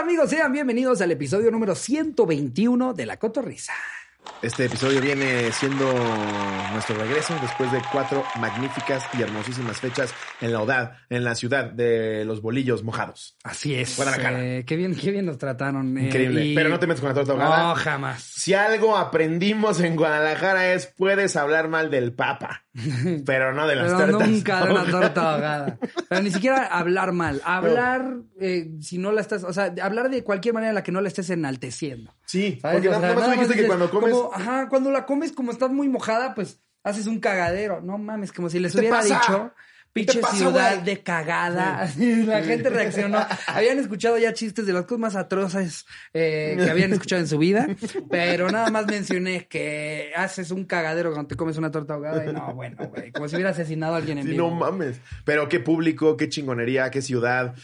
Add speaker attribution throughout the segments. Speaker 1: amigos, sean bienvenidos al episodio número 121 de La Cotorrisa.
Speaker 2: Este episodio viene siendo nuestro regreso después de cuatro magníficas y hermosísimas fechas en la odad, en la ciudad de los bolillos mojados.
Speaker 1: Así es.
Speaker 2: Guadalajara.
Speaker 1: Eh, qué bien, qué bien nos trataron. eh,
Speaker 2: Increíble.
Speaker 1: y-
Speaker 2: Pero no te metas con la torta ahogada.
Speaker 1: No, jamás.
Speaker 2: Si algo aprendimos en Guadalajara es puedes hablar mal del Papa, pero no de las
Speaker 1: Pero
Speaker 2: tortas.
Speaker 1: nunca de una
Speaker 2: ahogadas.
Speaker 1: torta ahogada. Pero ni siquiera hablar mal. Hablar eh, si no la estás, o sea, hablar de cualquier manera en la que no la estés enalteciendo.
Speaker 2: Sí,
Speaker 1: ¿Sabes?
Speaker 2: porque
Speaker 1: O
Speaker 2: no,
Speaker 1: sea,
Speaker 2: nada más
Speaker 1: nada
Speaker 2: me dijiste
Speaker 1: más
Speaker 2: que
Speaker 1: dices,
Speaker 2: cuando comes
Speaker 1: como, ajá, cuando la comes, como estás muy mojada, pues haces un cagadero. No mames, como si les
Speaker 2: ¿Qué te
Speaker 1: hubiera
Speaker 2: pasa?
Speaker 1: dicho.
Speaker 2: ¿Qué te
Speaker 1: Pinche
Speaker 2: pasa,
Speaker 1: ciudad
Speaker 2: güey?"
Speaker 1: de cagada. Así la gente reaccionó. Habían escuchado ya chistes de las cosas más atroces eh, que habían escuchado en su vida, pero nada más mencioné que haces un cagadero cuando te comes una torta ahogada. Y no, bueno, güey, como si hubiera asesinado a alguien en
Speaker 2: Sí,
Speaker 1: vivo.
Speaker 2: no mames. Pero qué público, qué chingonería, qué ciudad,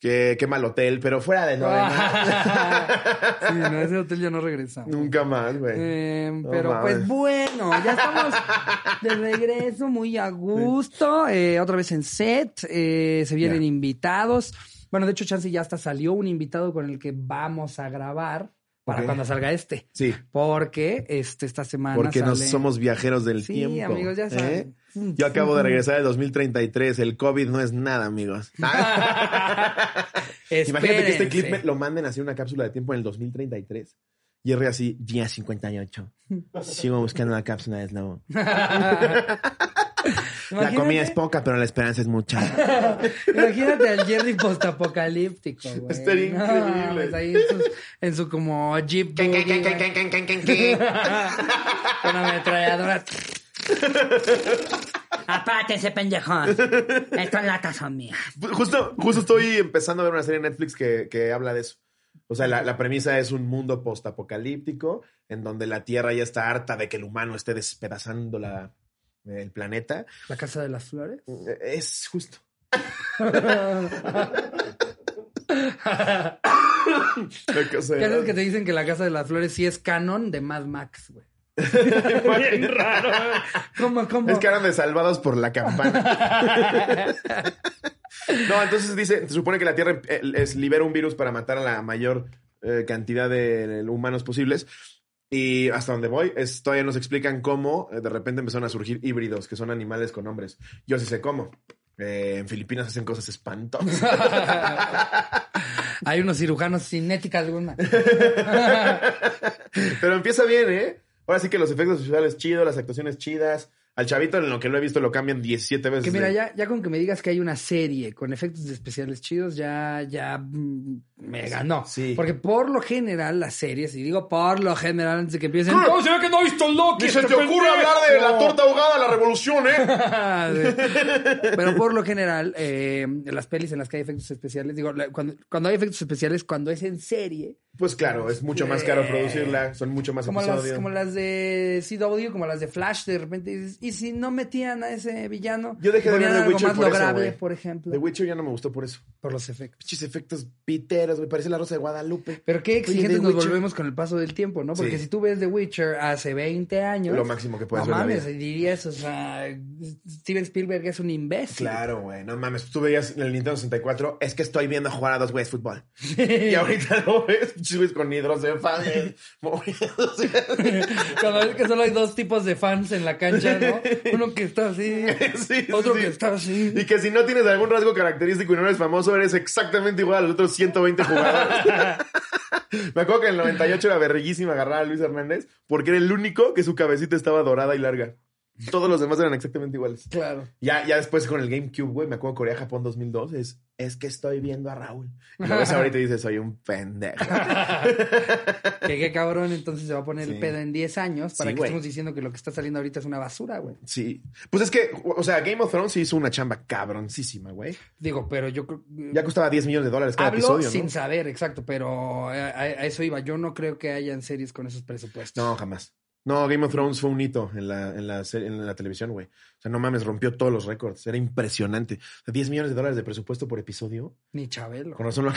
Speaker 2: qué, qué mal hotel, pero fuera de lo demás.
Speaker 1: sí, no, a ese hotel ya no regresamos.
Speaker 2: Nunca más, güey.
Speaker 1: Eh,
Speaker 2: No
Speaker 1: pero
Speaker 2: mames.
Speaker 1: pues bueno, ya estamos de regreso, muy a gusto. Eh, otra vez en set, eh, se vienen
Speaker 2: Ya.
Speaker 1: invitados. Bueno, de hecho, Chance ya hasta salió un invitado con el que vamos a grabar para
Speaker 2: Ok.
Speaker 1: cuando salga este.
Speaker 2: Sí,
Speaker 1: Porque este, esta semana.
Speaker 2: porque nos
Speaker 1: sale-
Speaker 2: somos viajeros del
Speaker 1: Sí,
Speaker 2: tiempo. ¿eh?
Speaker 1: amigos, ya saben.
Speaker 2: Yo acabo de regresar del 2033. El COVID no es nada, amigos. Imagínate que este clip me-
Speaker 1: Espérense.
Speaker 2: lo manden a hacer una cápsula de tiempo en el 2033. Y R así, día 58. Sigo buscando la cápsula de Slow. La comida es
Speaker 1: Imagínate-
Speaker 2: poca, pero la esperanza es mucha.
Speaker 1: Imagínate al Jerry postapocalíptico, güey.
Speaker 2: Estaría
Speaker 1: No,
Speaker 2: increíble.
Speaker 1: pues ahí en su, en su como Jeep. Buggy, güey. Con una ametralladora. Apátense, pendejón. Estas latas son mías.
Speaker 2: Justo, justo estoy empezando a ver una serie en Netflix que, que habla de eso. O sea, la, la premisa es un mundo postapocalíptico en donde la Tierra ya está harta de que el humano esté despedazando la, el planeta.
Speaker 1: ¿La casa de las flores?
Speaker 2: Es justo. La cosa
Speaker 1: ¿Qué
Speaker 2: era-
Speaker 1: haces que te dicen que la casa de las flores sí es canon de Mad Max, güey? Bien raro.
Speaker 2: ¿eh?
Speaker 1: güey. ¿Cómo, cómo?
Speaker 2: Es que eran de salvados por la campana. no, entonces dice, se supone que la Tierra eh, es- libera un virus para matar a la mayor eh, cantidad de humanos posibles. Y hasta donde voy, es, todavía nos explican cómo eh, de repente empezaron a surgir híbridos, que son animales con hombres. Yo sí sé cómo. Eh, en Filipinas hacen cosas espantosas.
Speaker 1: Hay unos cirujanos sin ética alguna.
Speaker 2: Pero empieza bien, ¿eh? Ahora sí que los efectos visuales chidos, las actuaciones chidas. Al chavito en lo que lo he visto lo cambian 17 veces.
Speaker 1: Que mira,
Speaker 2: de-
Speaker 1: ya, ya con que me digas que hay una serie con efectos especiales chidos, ya, ya mm, me ganó.
Speaker 2: sí.
Speaker 1: Porque por lo general las series, y digo por lo general antes de que empiecen... ¿Cómo será que no he visto Loki?
Speaker 2: Ni se te
Speaker 1: este
Speaker 2: ocurre hablar de la
Speaker 1: pendejo?"
Speaker 2: torta ahogada, la revolución, ¿eh?
Speaker 1: Sí. Pero por lo general, eh, las pelis en las que hay efectos especiales, digo, la- cuando, cuando hay efectos especiales, cuando es en serie,
Speaker 2: Pues claro, es mucho más caro producirla, son mucho más
Speaker 1: como las,
Speaker 2: episodios.
Speaker 1: como las de CW, como las de Flash, de repente dices, y si no metían a ese villano,
Speaker 2: Yo dejé de
Speaker 1: ponían
Speaker 2: ver The
Speaker 1: algo
Speaker 2: Witcher
Speaker 1: más
Speaker 2: por eso,
Speaker 1: lograble,
Speaker 2: güey.
Speaker 1: por ejemplo,
Speaker 2: The Witcher ya no me gustó por eso.
Speaker 1: por los efectos.
Speaker 2: Pichis efectos piteros, güey, parece la Rosa de Guadalupe.
Speaker 1: Pero qué
Speaker 2: Oye,
Speaker 1: exigentes
Speaker 2: The
Speaker 1: Pues, nos
Speaker 2: Witcher-
Speaker 1: volvemos con el paso del tiempo, ¿no? Porque
Speaker 2: Sí.
Speaker 1: si tú ves The Witcher hace 20 años.
Speaker 2: Lo máximo que puedes
Speaker 1: no
Speaker 2: ver en la
Speaker 1: mames, dirías, o sea, Steven Spielberg es un imbécil.
Speaker 2: Claro, güey, no mames, tú veías en el Nintendo 64, es que estoy viendo jugar a dos güeyes fútbol. y ahorita lo ves, pinches güeyes con hidrocefalia, moviéndose.
Speaker 1: Cada vez que solo hay dos tipos de fans en la cancha, ¿no? Uno que está así,
Speaker 2: Sí, sí,
Speaker 1: otro
Speaker 2: sí.
Speaker 1: que está así.
Speaker 2: Y que si no tienes algún rasgo característico y no eres famoso, eres exactamente igual a los otros 120 jugadores. Me acuerdo que en el 98 era berrillísima agarrar a Luis Hernández porque era el único que su cabecita estaba dorada y larga. Todos los demás eran exactamente iguales.
Speaker 1: Claro.
Speaker 2: Ya, ya después con el GameCube, güey, me acuerdo Corea-Japón 2002, es, es que estoy viendo a Raúl. Y lo ves ahorita y dices, soy un pendejo.
Speaker 1: Que qué cabrón, entonces se va a poner el
Speaker 2: Sí.
Speaker 1: pedo en 10 años para
Speaker 2: Sí,
Speaker 1: que
Speaker 2: güey.
Speaker 1: estemos diciendo que lo que está saliendo ahorita es una basura, güey.
Speaker 2: Sí. Pues es que, o sea, Game of Thrones sí hizo una chamba cabroncísima, güey.
Speaker 1: Digo, pero yo creo.
Speaker 2: Ya costaba 10 millones de dólares cada
Speaker 1: Hablo
Speaker 2: episodio, ¿no?
Speaker 1: sin saber, exacto, pero a, a- a eso iba. Yo no creo que hayan series con esos presupuestos.
Speaker 2: No, jamás. No, Game of Thrones fue un hito en la, en la, serie- en la televisión, güey. O sea, no mames, rompió todos los récords. Era impresionante. O sea, 10 millones de dólares de presupuesto por episodio.
Speaker 1: Ni Chabelo.
Speaker 2: Con razón lo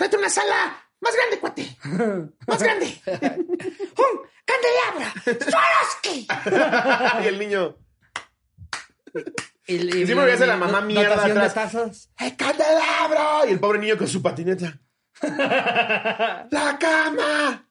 Speaker 2: ¡Vete una sala! ¡Más grande, cuate! ¡Más grande!
Speaker 1: ¡Hum! ¡Candelabra! ¡Swarovski!
Speaker 2: y el niño.
Speaker 1: el- el-
Speaker 2: Siempre veías a la mamá mierda
Speaker 1: dotación de
Speaker 2: atrás.
Speaker 1: tazas.
Speaker 2: ¡El "¡Eh, candelabro! Y el pobre niño con su patineta. ¡La cama!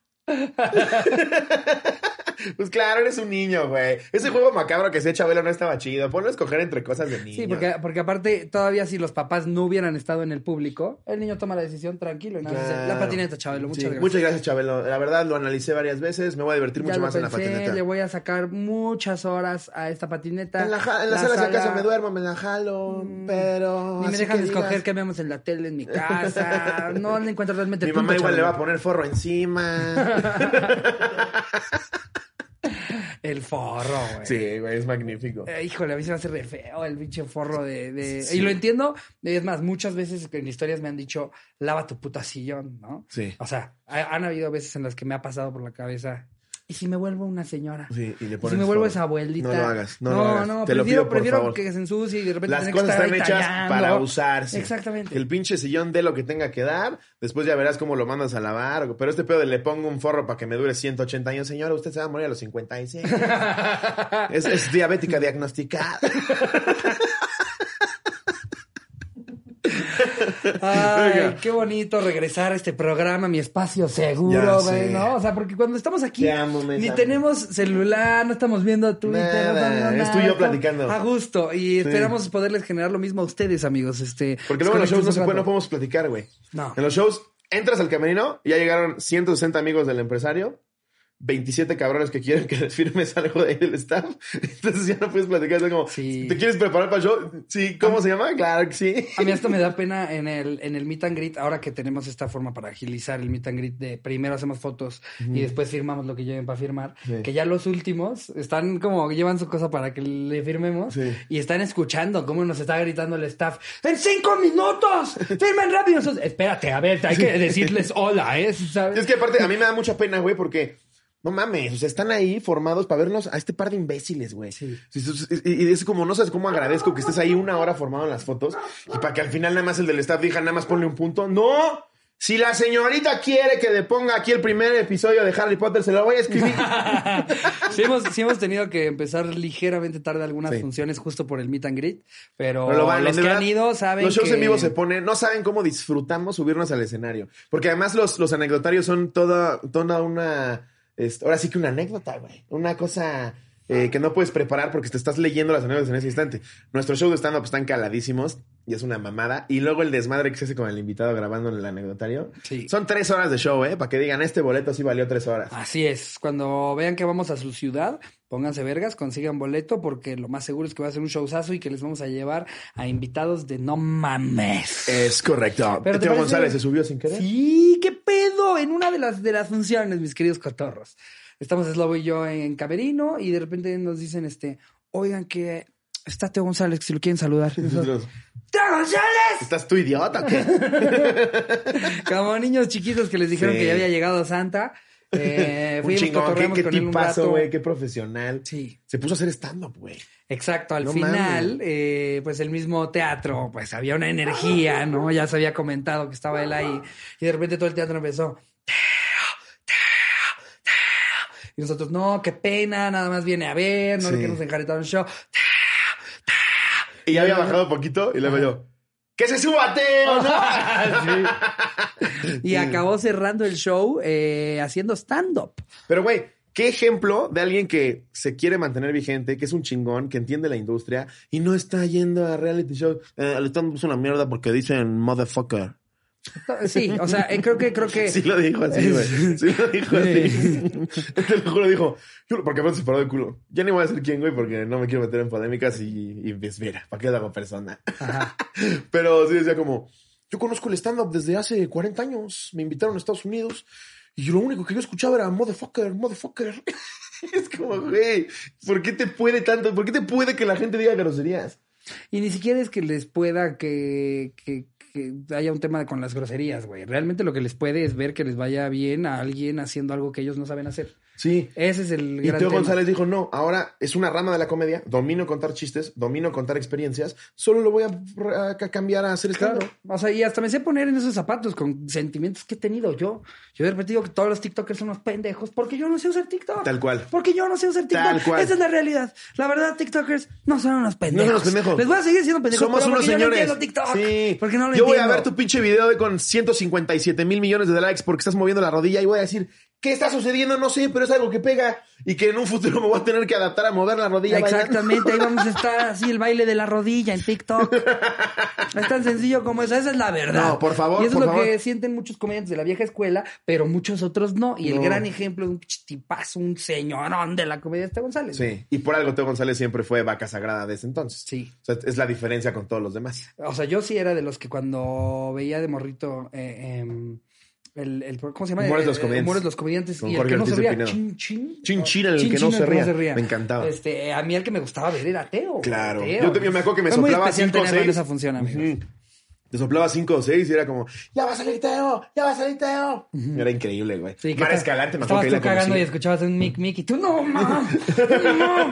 Speaker 2: pues claro, eres un niño, güey. Ese juego macabro que se echa Chabelo no estaba chido. Ponlo a escoger entre cosas de niño.
Speaker 1: Sí, porque, porque aparte, todavía si los papás no hubieran estado en el público, el niño toma la decisión tranquilo. y nada más dice,
Speaker 2: Claro.
Speaker 1: La patineta, Chabelo, muchas
Speaker 2: Sí,
Speaker 1: gracias.
Speaker 2: Muchas gracias, Chabelo. La verdad, lo analicé varias veces. Me voy a divertir
Speaker 1: Ya
Speaker 2: mucho
Speaker 1: lo
Speaker 2: más en la
Speaker 1: pensé,
Speaker 2: patineta.
Speaker 1: le voy a sacar muchas horas a esta patineta.
Speaker 2: En la, ja- en la sala, si acaso me duermo, me la jalo, pero...
Speaker 1: Mm. Ni me
Speaker 2: así
Speaker 1: dejan
Speaker 2: que
Speaker 1: escoger
Speaker 2: digas-
Speaker 1: qué vemos en la tele en mi casa. No le encuentro realmente el
Speaker 2: Mi mamá
Speaker 1: punto,
Speaker 2: igual le va a
Speaker 1: Chabelo.
Speaker 2: poner forro encima.
Speaker 1: El forro, güey.
Speaker 2: sí, güey, es magnífico.
Speaker 1: Eh, híjole, a mí se me hace re feo el pinche forro de... de-
Speaker 2: Sí.
Speaker 1: Y lo entiendo. Es más, muchas veces en historias me han dicho, lava tu puta sillón, ¿no?
Speaker 2: Sí.
Speaker 1: O sea, ha- han habido veces en las que me ha pasado por la cabeza, ¿y si me vuelvo una señora?
Speaker 2: Sí, y le
Speaker 1: ¿Y
Speaker 2: pones
Speaker 1: si me vuelvo
Speaker 2: forro.
Speaker 1: esa abuelita?
Speaker 2: No lo hagas, no, lo hagas.
Speaker 1: no,
Speaker 2: Te lo
Speaker 1: prefiero,
Speaker 2: pido, por
Speaker 1: prefiero
Speaker 2: favor.
Speaker 1: que se ensucie y de repente
Speaker 2: Las
Speaker 1: tener que
Speaker 2: cosas
Speaker 1: estar
Speaker 2: están
Speaker 1: ahí
Speaker 2: hechas
Speaker 1: tallando.
Speaker 2: para usarse.
Speaker 1: Exactamente.
Speaker 2: Que el pinche sillón dé lo que tenga que dar. Después ya verás cómo lo mandas a lavar. Pero este pedo de le pongo un forro para que me dure 180 años. Señora, usted se va a morir a los 56. es, es diabética diagnosticada.
Speaker 1: Ay,
Speaker 2: Venga.
Speaker 1: qué bonito regresar a este programa, mi espacio seguro,
Speaker 2: Ya
Speaker 1: güey,
Speaker 2: sé.
Speaker 1: ¿no? O sea, porque cuando estamos aquí,
Speaker 2: Te amo, me
Speaker 1: ni
Speaker 2: amo.
Speaker 1: tenemos celular, no estamos viendo Twitter, no
Speaker 2: Nada,
Speaker 1: estamos
Speaker 2: es tú y yo
Speaker 1: estamos
Speaker 2: platicando.
Speaker 1: A gusto, y esperamos poderles generar lo mismo a ustedes, amigos. Este,
Speaker 2: Porque luego en los shows no, se puede, no
Speaker 1: desconecten
Speaker 2: podemos platicar, güey.
Speaker 1: un rato.
Speaker 2: En
Speaker 1: No.
Speaker 2: los shows entras al camerino y ya llegaron 160 amigos del empresario. 27 cabrones que quieren que les firmes algo de ahí del staff. Entonces ya no puedes platicar. Es como,
Speaker 1: Sí.
Speaker 2: ¿te quieres preparar para el show? Sí, ¿cómo se llama? Claro que sí.
Speaker 1: A mí esto me da pena en el, en el meet and greet, ahora que tenemos esta forma para agilizar el meet and greet de primero hacemos fotos y después firmamos lo que lleven para firmar,
Speaker 2: Sí.
Speaker 1: que ya los últimos están como llevan su cosa para que le firmemos
Speaker 2: Sí.
Speaker 1: y están escuchando cómo nos está gritando el staff, ¡en cinco minutos! ¡Firmen rápido! Nosotros, Espérate, a ver, hay que decirles hola, ¿eh? ¿Sabes?
Speaker 2: Y es que aparte, a mí me da mucha pena, güey, porque no mames, o sea, están ahí formados para vernos a este par de imbéciles, güey.
Speaker 1: Sí.
Speaker 2: Sí, sí, sí, Y, y es como, no sabes cómo agradezco que estés ahí una hora formado en las fotos y para que al final nada más el del staff diga, nada más ponle un punto. ¡No! Si la señorita quiere que le ponga aquí el primer episodio de Harry Potter, se lo voy a escribir.
Speaker 1: sí, hemos, sí hemos tenido que empezar ligeramente tarde algunas
Speaker 2: Sí.
Speaker 1: funciones justo por el meet and greet, pero,
Speaker 2: Pero lo van-
Speaker 1: los
Speaker 2: de
Speaker 1: que
Speaker 2: verdad,
Speaker 1: han ido saben
Speaker 2: Los shows
Speaker 1: que-
Speaker 2: en vivo se ponen, no saben cómo disfrutamos subirnos al escenario. Porque además los, los anecdotarios son toda, toda una. este, ahora sí que una anécdota, güey. Una cosa. eh, que no puedes preparar porque te estás leyendo las anécdotas en ese instante. Nuestros shows de stand-up están caladísimos y es una mamada. Y luego el desmadre que se hace con el invitado grabando en el anecdotario.
Speaker 1: Sí.
Speaker 2: Son tres horas de show, ¿eh? Para que digan, este boleto sí valió tres horas.
Speaker 1: Así es. Cuando vean que vamos a su ciudad, pónganse vergas, consigan boleto, porque lo más seguro es que va a ser un showzazo y que les vamos a llevar a invitados de no mames.
Speaker 2: Es correcto.
Speaker 1: Pero
Speaker 2: Pero
Speaker 1: ¿te
Speaker 2: Teo
Speaker 1: parece-
Speaker 2: González se subió sin querer.
Speaker 1: Sí, qué pedo. En una de las de las funciones, mis queridos cotorros. Estamos Slobo y yo en Camerino y de repente nos dicen este, oigan que está Teo González, que si lo quieren saludar. Y nosotros, ¡Teo González!
Speaker 2: ¿Estás tú idiota o qué?
Speaker 1: Como niños chiquitos que les dijeron
Speaker 2: Sí.
Speaker 1: que ya había llegado Santa. Eh,
Speaker 2: un
Speaker 1: fuimos,
Speaker 2: chingón, qué,
Speaker 1: cotorreamos
Speaker 2: qué
Speaker 1: con él un
Speaker 2: tipazo,
Speaker 1: rato.
Speaker 2: güey, qué profesional.
Speaker 1: Sí.
Speaker 2: Se puso a hacer stand-up, güey.
Speaker 1: Exacto, al
Speaker 2: No mames.
Speaker 1: final, eh, pues el mismo teatro, pues había una energía, ¿no? Ya se había comentado que estaba él ahí. Y de repente todo el teatro empezó. "Teo, Teo, Teo". Y nosotros, no, qué pena, nada más viene a ver, no
Speaker 2: Sí.
Speaker 1: le queremos enjaretar un show.
Speaker 2: Y ya había bajado poquito y luego yo, ¡que se suba, Teo! ¿no?"
Speaker 1: Y acabó cerrando el show eh, haciendo stand-up.
Speaker 2: Pero, güey, qué ejemplo de alguien que se quiere mantener vigente, que es un chingón, que entiende la industria y no está yendo a reality show. Eh, el stand-up es una mierda porque dicen motherfucker.
Speaker 1: Sí, o sea, eh, creo que, creo que.
Speaker 2: Sí lo dijo así, güey. Sí lo dijo así. Te lo juro, dijo. yo- Porque me se paró de culo. Ya ni voy a decir quién, güey, porque no me quiero meter en polémicas y, y pues mira, ¿para qué lo hago persona?
Speaker 1: Ajá.
Speaker 2: Pero sí decía como, yo conozco el stand-up desde hace 40 años. Me invitaron a Estados Unidos y lo único que yo escuchaba era motherfucker, motherfucker. es como, güey, ¿por qué te puede tanto? ¿Por qué te puede que la gente diga groserías?
Speaker 1: Y ni siquiera es que les pueda que, que- que haya un tema con las groserías, güey. Realmente lo que les puede es ver que les vaya bien a alguien haciendo algo que ellos no saben hacer.
Speaker 2: Sí.
Speaker 1: Ese es el
Speaker 2: Y
Speaker 1: gran
Speaker 2: Teo
Speaker 1: tema.
Speaker 2: González dijo, no, ahora es una rama de la comedia, domino contar chistes, domino contar experiencias, solo lo voy a, a ca- cambiar a hacer
Speaker 1: Claro.
Speaker 2: stand
Speaker 1: O sea, y hasta me sé poner en esos zapatos con sentimientos que he tenido yo. Yo de repente digo que todos los TikTokers son unos pendejos porque yo no sé usar TikTok.
Speaker 2: Tal cual.
Speaker 1: Porque yo no sé usar TikTok.
Speaker 2: Tal cual.
Speaker 1: Esa es la realidad. La verdad, TikTokers no son unos pendejos.
Speaker 2: unos pendejos.
Speaker 1: Les voy a seguir siendo pendejos.
Speaker 2: Somos
Speaker 1: Pues pero
Speaker 2: unos
Speaker 1: porque
Speaker 2: señores.
Speaker 1: Yo no entiendo TikTok.
Speaker 2: sí.
Speaker 1: Porque no lo
Speaker 2: Yo voy a
Speaker 1: entiendo.
Speaker 2: ver tu pinche video de con 157 mil millones de likes porque estás moviendo la rodilla y voy a decir, ¿qué está sucediendo? No sé, pero es algo que pega y que en un futuro me voy a tener que adaptar a mover la rodilla. bailando".
Speaker 1: Exactamente, ahí vamos a estar así el baile de la rodilla en TikTok. Es tan sencillo como eso, esa es la verdad.
Speaker 2: No, por favor,
Speaker 1: Y eso
Speaker 2: por
Speaker 1: es lo
Speaker 2: favor.
Speaker 1: que sienten muchos comediantes de la vieja escuela, pero muchos otros no. Y
Speaker 2: No.
Speaker 1: el gran ejemplo es un pinche tipazo, un señorón de la comedia de Esteban González.
Speaker 2: Sí. Y por algo Teo González siempre fue vaca sagrada desde entonces.
Speaker 1: Sí.
Speaker 2: O sea, es la diferencia con todos los demás.
Speaker 1: O sea, yo sí era de los que cuando veía de morrito eh, em, el, el- ¿cómo se llama?
Speaker 2: Humores
Speaker 1: Eh,
Speaker 2: los comediantes.
Speaker 1: Humores los comediantes.
Speaker 2: Con
Speaker 1: y el
Speaker 2: Jorge
Speaker 1: que no se
Speaker 2: Ortiz de
Speaker 1: ría,
Speaker 2: Pinedo.
Speaker 1: chin, chin.
Speaker 2: Chin, chin, el que no se ría. Me encantaba.
Speaker 1: Este, eh, a mí el que me gustaba ver era Teo.
Speaker 2: Claro.
Speaker 1: Teo.
Speaker 2: Yo también me acuerdo que me
Speaker 1: Fue muy
Speaker 2: soplaba
Speaker 1: especial
Speaker 2: cinco o
Speaker 1: tenerlo en
Speaker 2: seis.
Speaker 1: esa función, amigo.
Speaker 2: Ujú. Te soplaba cinco o seis y era como, ya va a salir Teo, ya va a salir Teo. Era increíble, güey.
Speaker 1: Sí, que
Speaker 2: Mara
Speaker 1: estás-
Speaker 2: Escalante, me
Speaker 1: Estabas
Speaker 2: acuerdo que
Speaker 1: tú
Speaker 2: ahí la
Speaker 1: cagando y
Speaker 2: conocí.
Speaker 1: escuchabas un mic mic y tú no, mamá. No.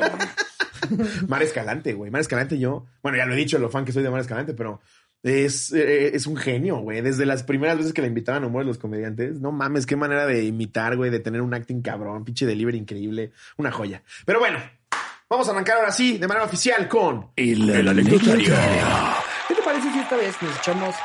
Speaker 2: Mar Escalante, güey. Mar Escalante, yo. Bueno, ya lo he dicho, lo fan que soy de Mar Escalante, pero es, eh, es un genio, güey. Desde las primeras veces que le invitaban a humor los comediantes, no mames, qué manera de imitar, güey, de tener un acting cabrón, pinche delivery increíble, una joya. Pero bueno, vamos a arrancar ahora sí, de manera oficial, con.
Speaker 3: El, anecdotario.
Speaker 1: ¿Qué te parece si esta vez nos echamos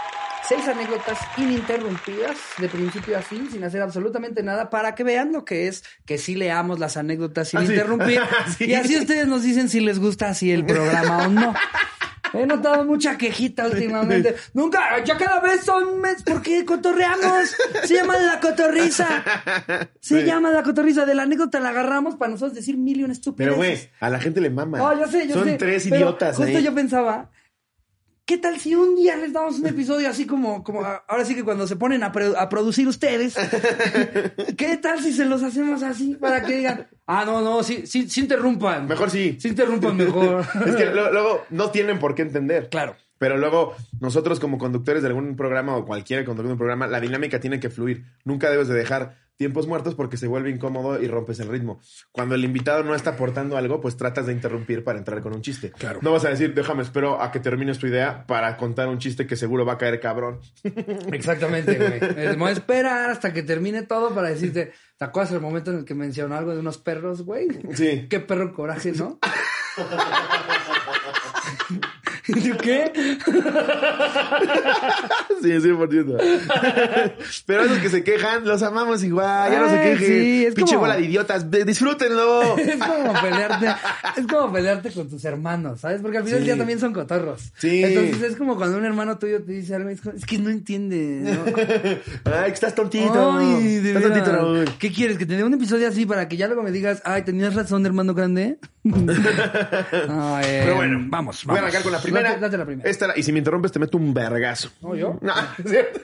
Speaker 1: seis anécdotas ininterrumpidas de principio a fin sin hacer absolutamente nada para que vean lo que es que sí leamos las anécdotas sin
Speaker 2: Ah, sí.
Speaker 1: interrumpir
Speaker 2: Sí.
Speaker 1: y así ustedes nos dicen si les gusta así el programa o no. He notado mucha quejita últimamente. Nunca, ya cada vez son mes porque cotorreamos. Se llama la cotorriza. Se
Speaker 2: Sí.
Speaker 1: llama la cotorriza. De la anécdota la agarramos para nosotros decir mil y un estupidez.
Speaker 2: Pero, güey, a la gente le mama.
Speaker 1: Ah, yo sé, yo
Speaker 2: Son
Speaker 1: sé.
Speaker 2: tres
Speaker 1: Pero
Speaker 2: idiotas, ¿eh?
Speaker 1: Justo
Speaker 2: ahí.
Speaker 1: yo pensaba, ¿qué tal si un día les damos un episodio así como, como a- ahora sí que cuando se ponen a, pro- a producir ustedes, ¿qué tal si se los hacemos así para que digan, ah, no, no, sí, sí, sí interrumpan.
Speaker 2: Mejor sí.
Speaker 1: Sí interrumpan mejor.
Speaker 2: Es que lo- luego no tienen por qué entender.
Speaker 1: claro.
Speaker 2: Pero luego, nosotros como conductores de algún programa o cualquier conductor de un programa, la dinámica tiene que fluir. Nunca debes de dejar tiempos muertos porque se vuelve incómodo y rompes el ritmo. Cuando el invitado no está aportando algo, pues tratas de interrumpir para entrar con un chiste.
Speaker 3: Claro.
Speaker 2: No vas a decir, déjame, espero a que termines tu idea para contar un chiste que seguro va a caer cabrón.
Speaker 1: Exactamente, güey. Eh, Me voy a esperar hasta que termine todo para decirte, ¿te acuerdas el momento en el que mencionó algo de unos perros, güey?
Speaker 2: Sí.
Speaker 1: Qué perro coraje, ¿no? Y yo, ¿Qué?
Speaker 2: Sí, 100%. Pero esos que se quejan, los amamos igual. Ya no se
Speaker 1: Ay,
Speaker 2: quejen.
Speaker 1: Ah, sí, es
Speaker 2: Pinche
Speaker 1: como-
Speaker 2: bola de idiotas. de- Disfrútenlo.
Speaker 1: Es como pelearte, es como pelearte con tus hermanos, ¿sabes? Porque al final del
Speaker 2: Sí.
Speaker 1: día también son cotorros.
Speaker 2: Sí.
Speaker 1: Entonces es como cuando un hermano tuyo te dice algo, es, como, "Es que no entiende. ¿no?
Speaker 2: Ay, que estás tontito.
Speaker 1: Ay, de
Speaker 2: estás
Speaker 1: veras.
Speaker 2: tontito, Raúl.
Speaker 1: ¿Qué quieres? ¿Que te dé un episodio así para que ya luego me digas, ay, tenías razón, hermano grande? Ay,
Speaker 2: Pero bueno,
Speaker 1: vamos, vamos.
Speaker 2: Eh, Voy a arrancar con la primera.
Speaker 1: Date, date la primera.
Speaker 2: Esta la- y si me interrumpes, te meto un vergazo.
Speaker 1: ¿No, yo?
Speaker 2: No, es cierto.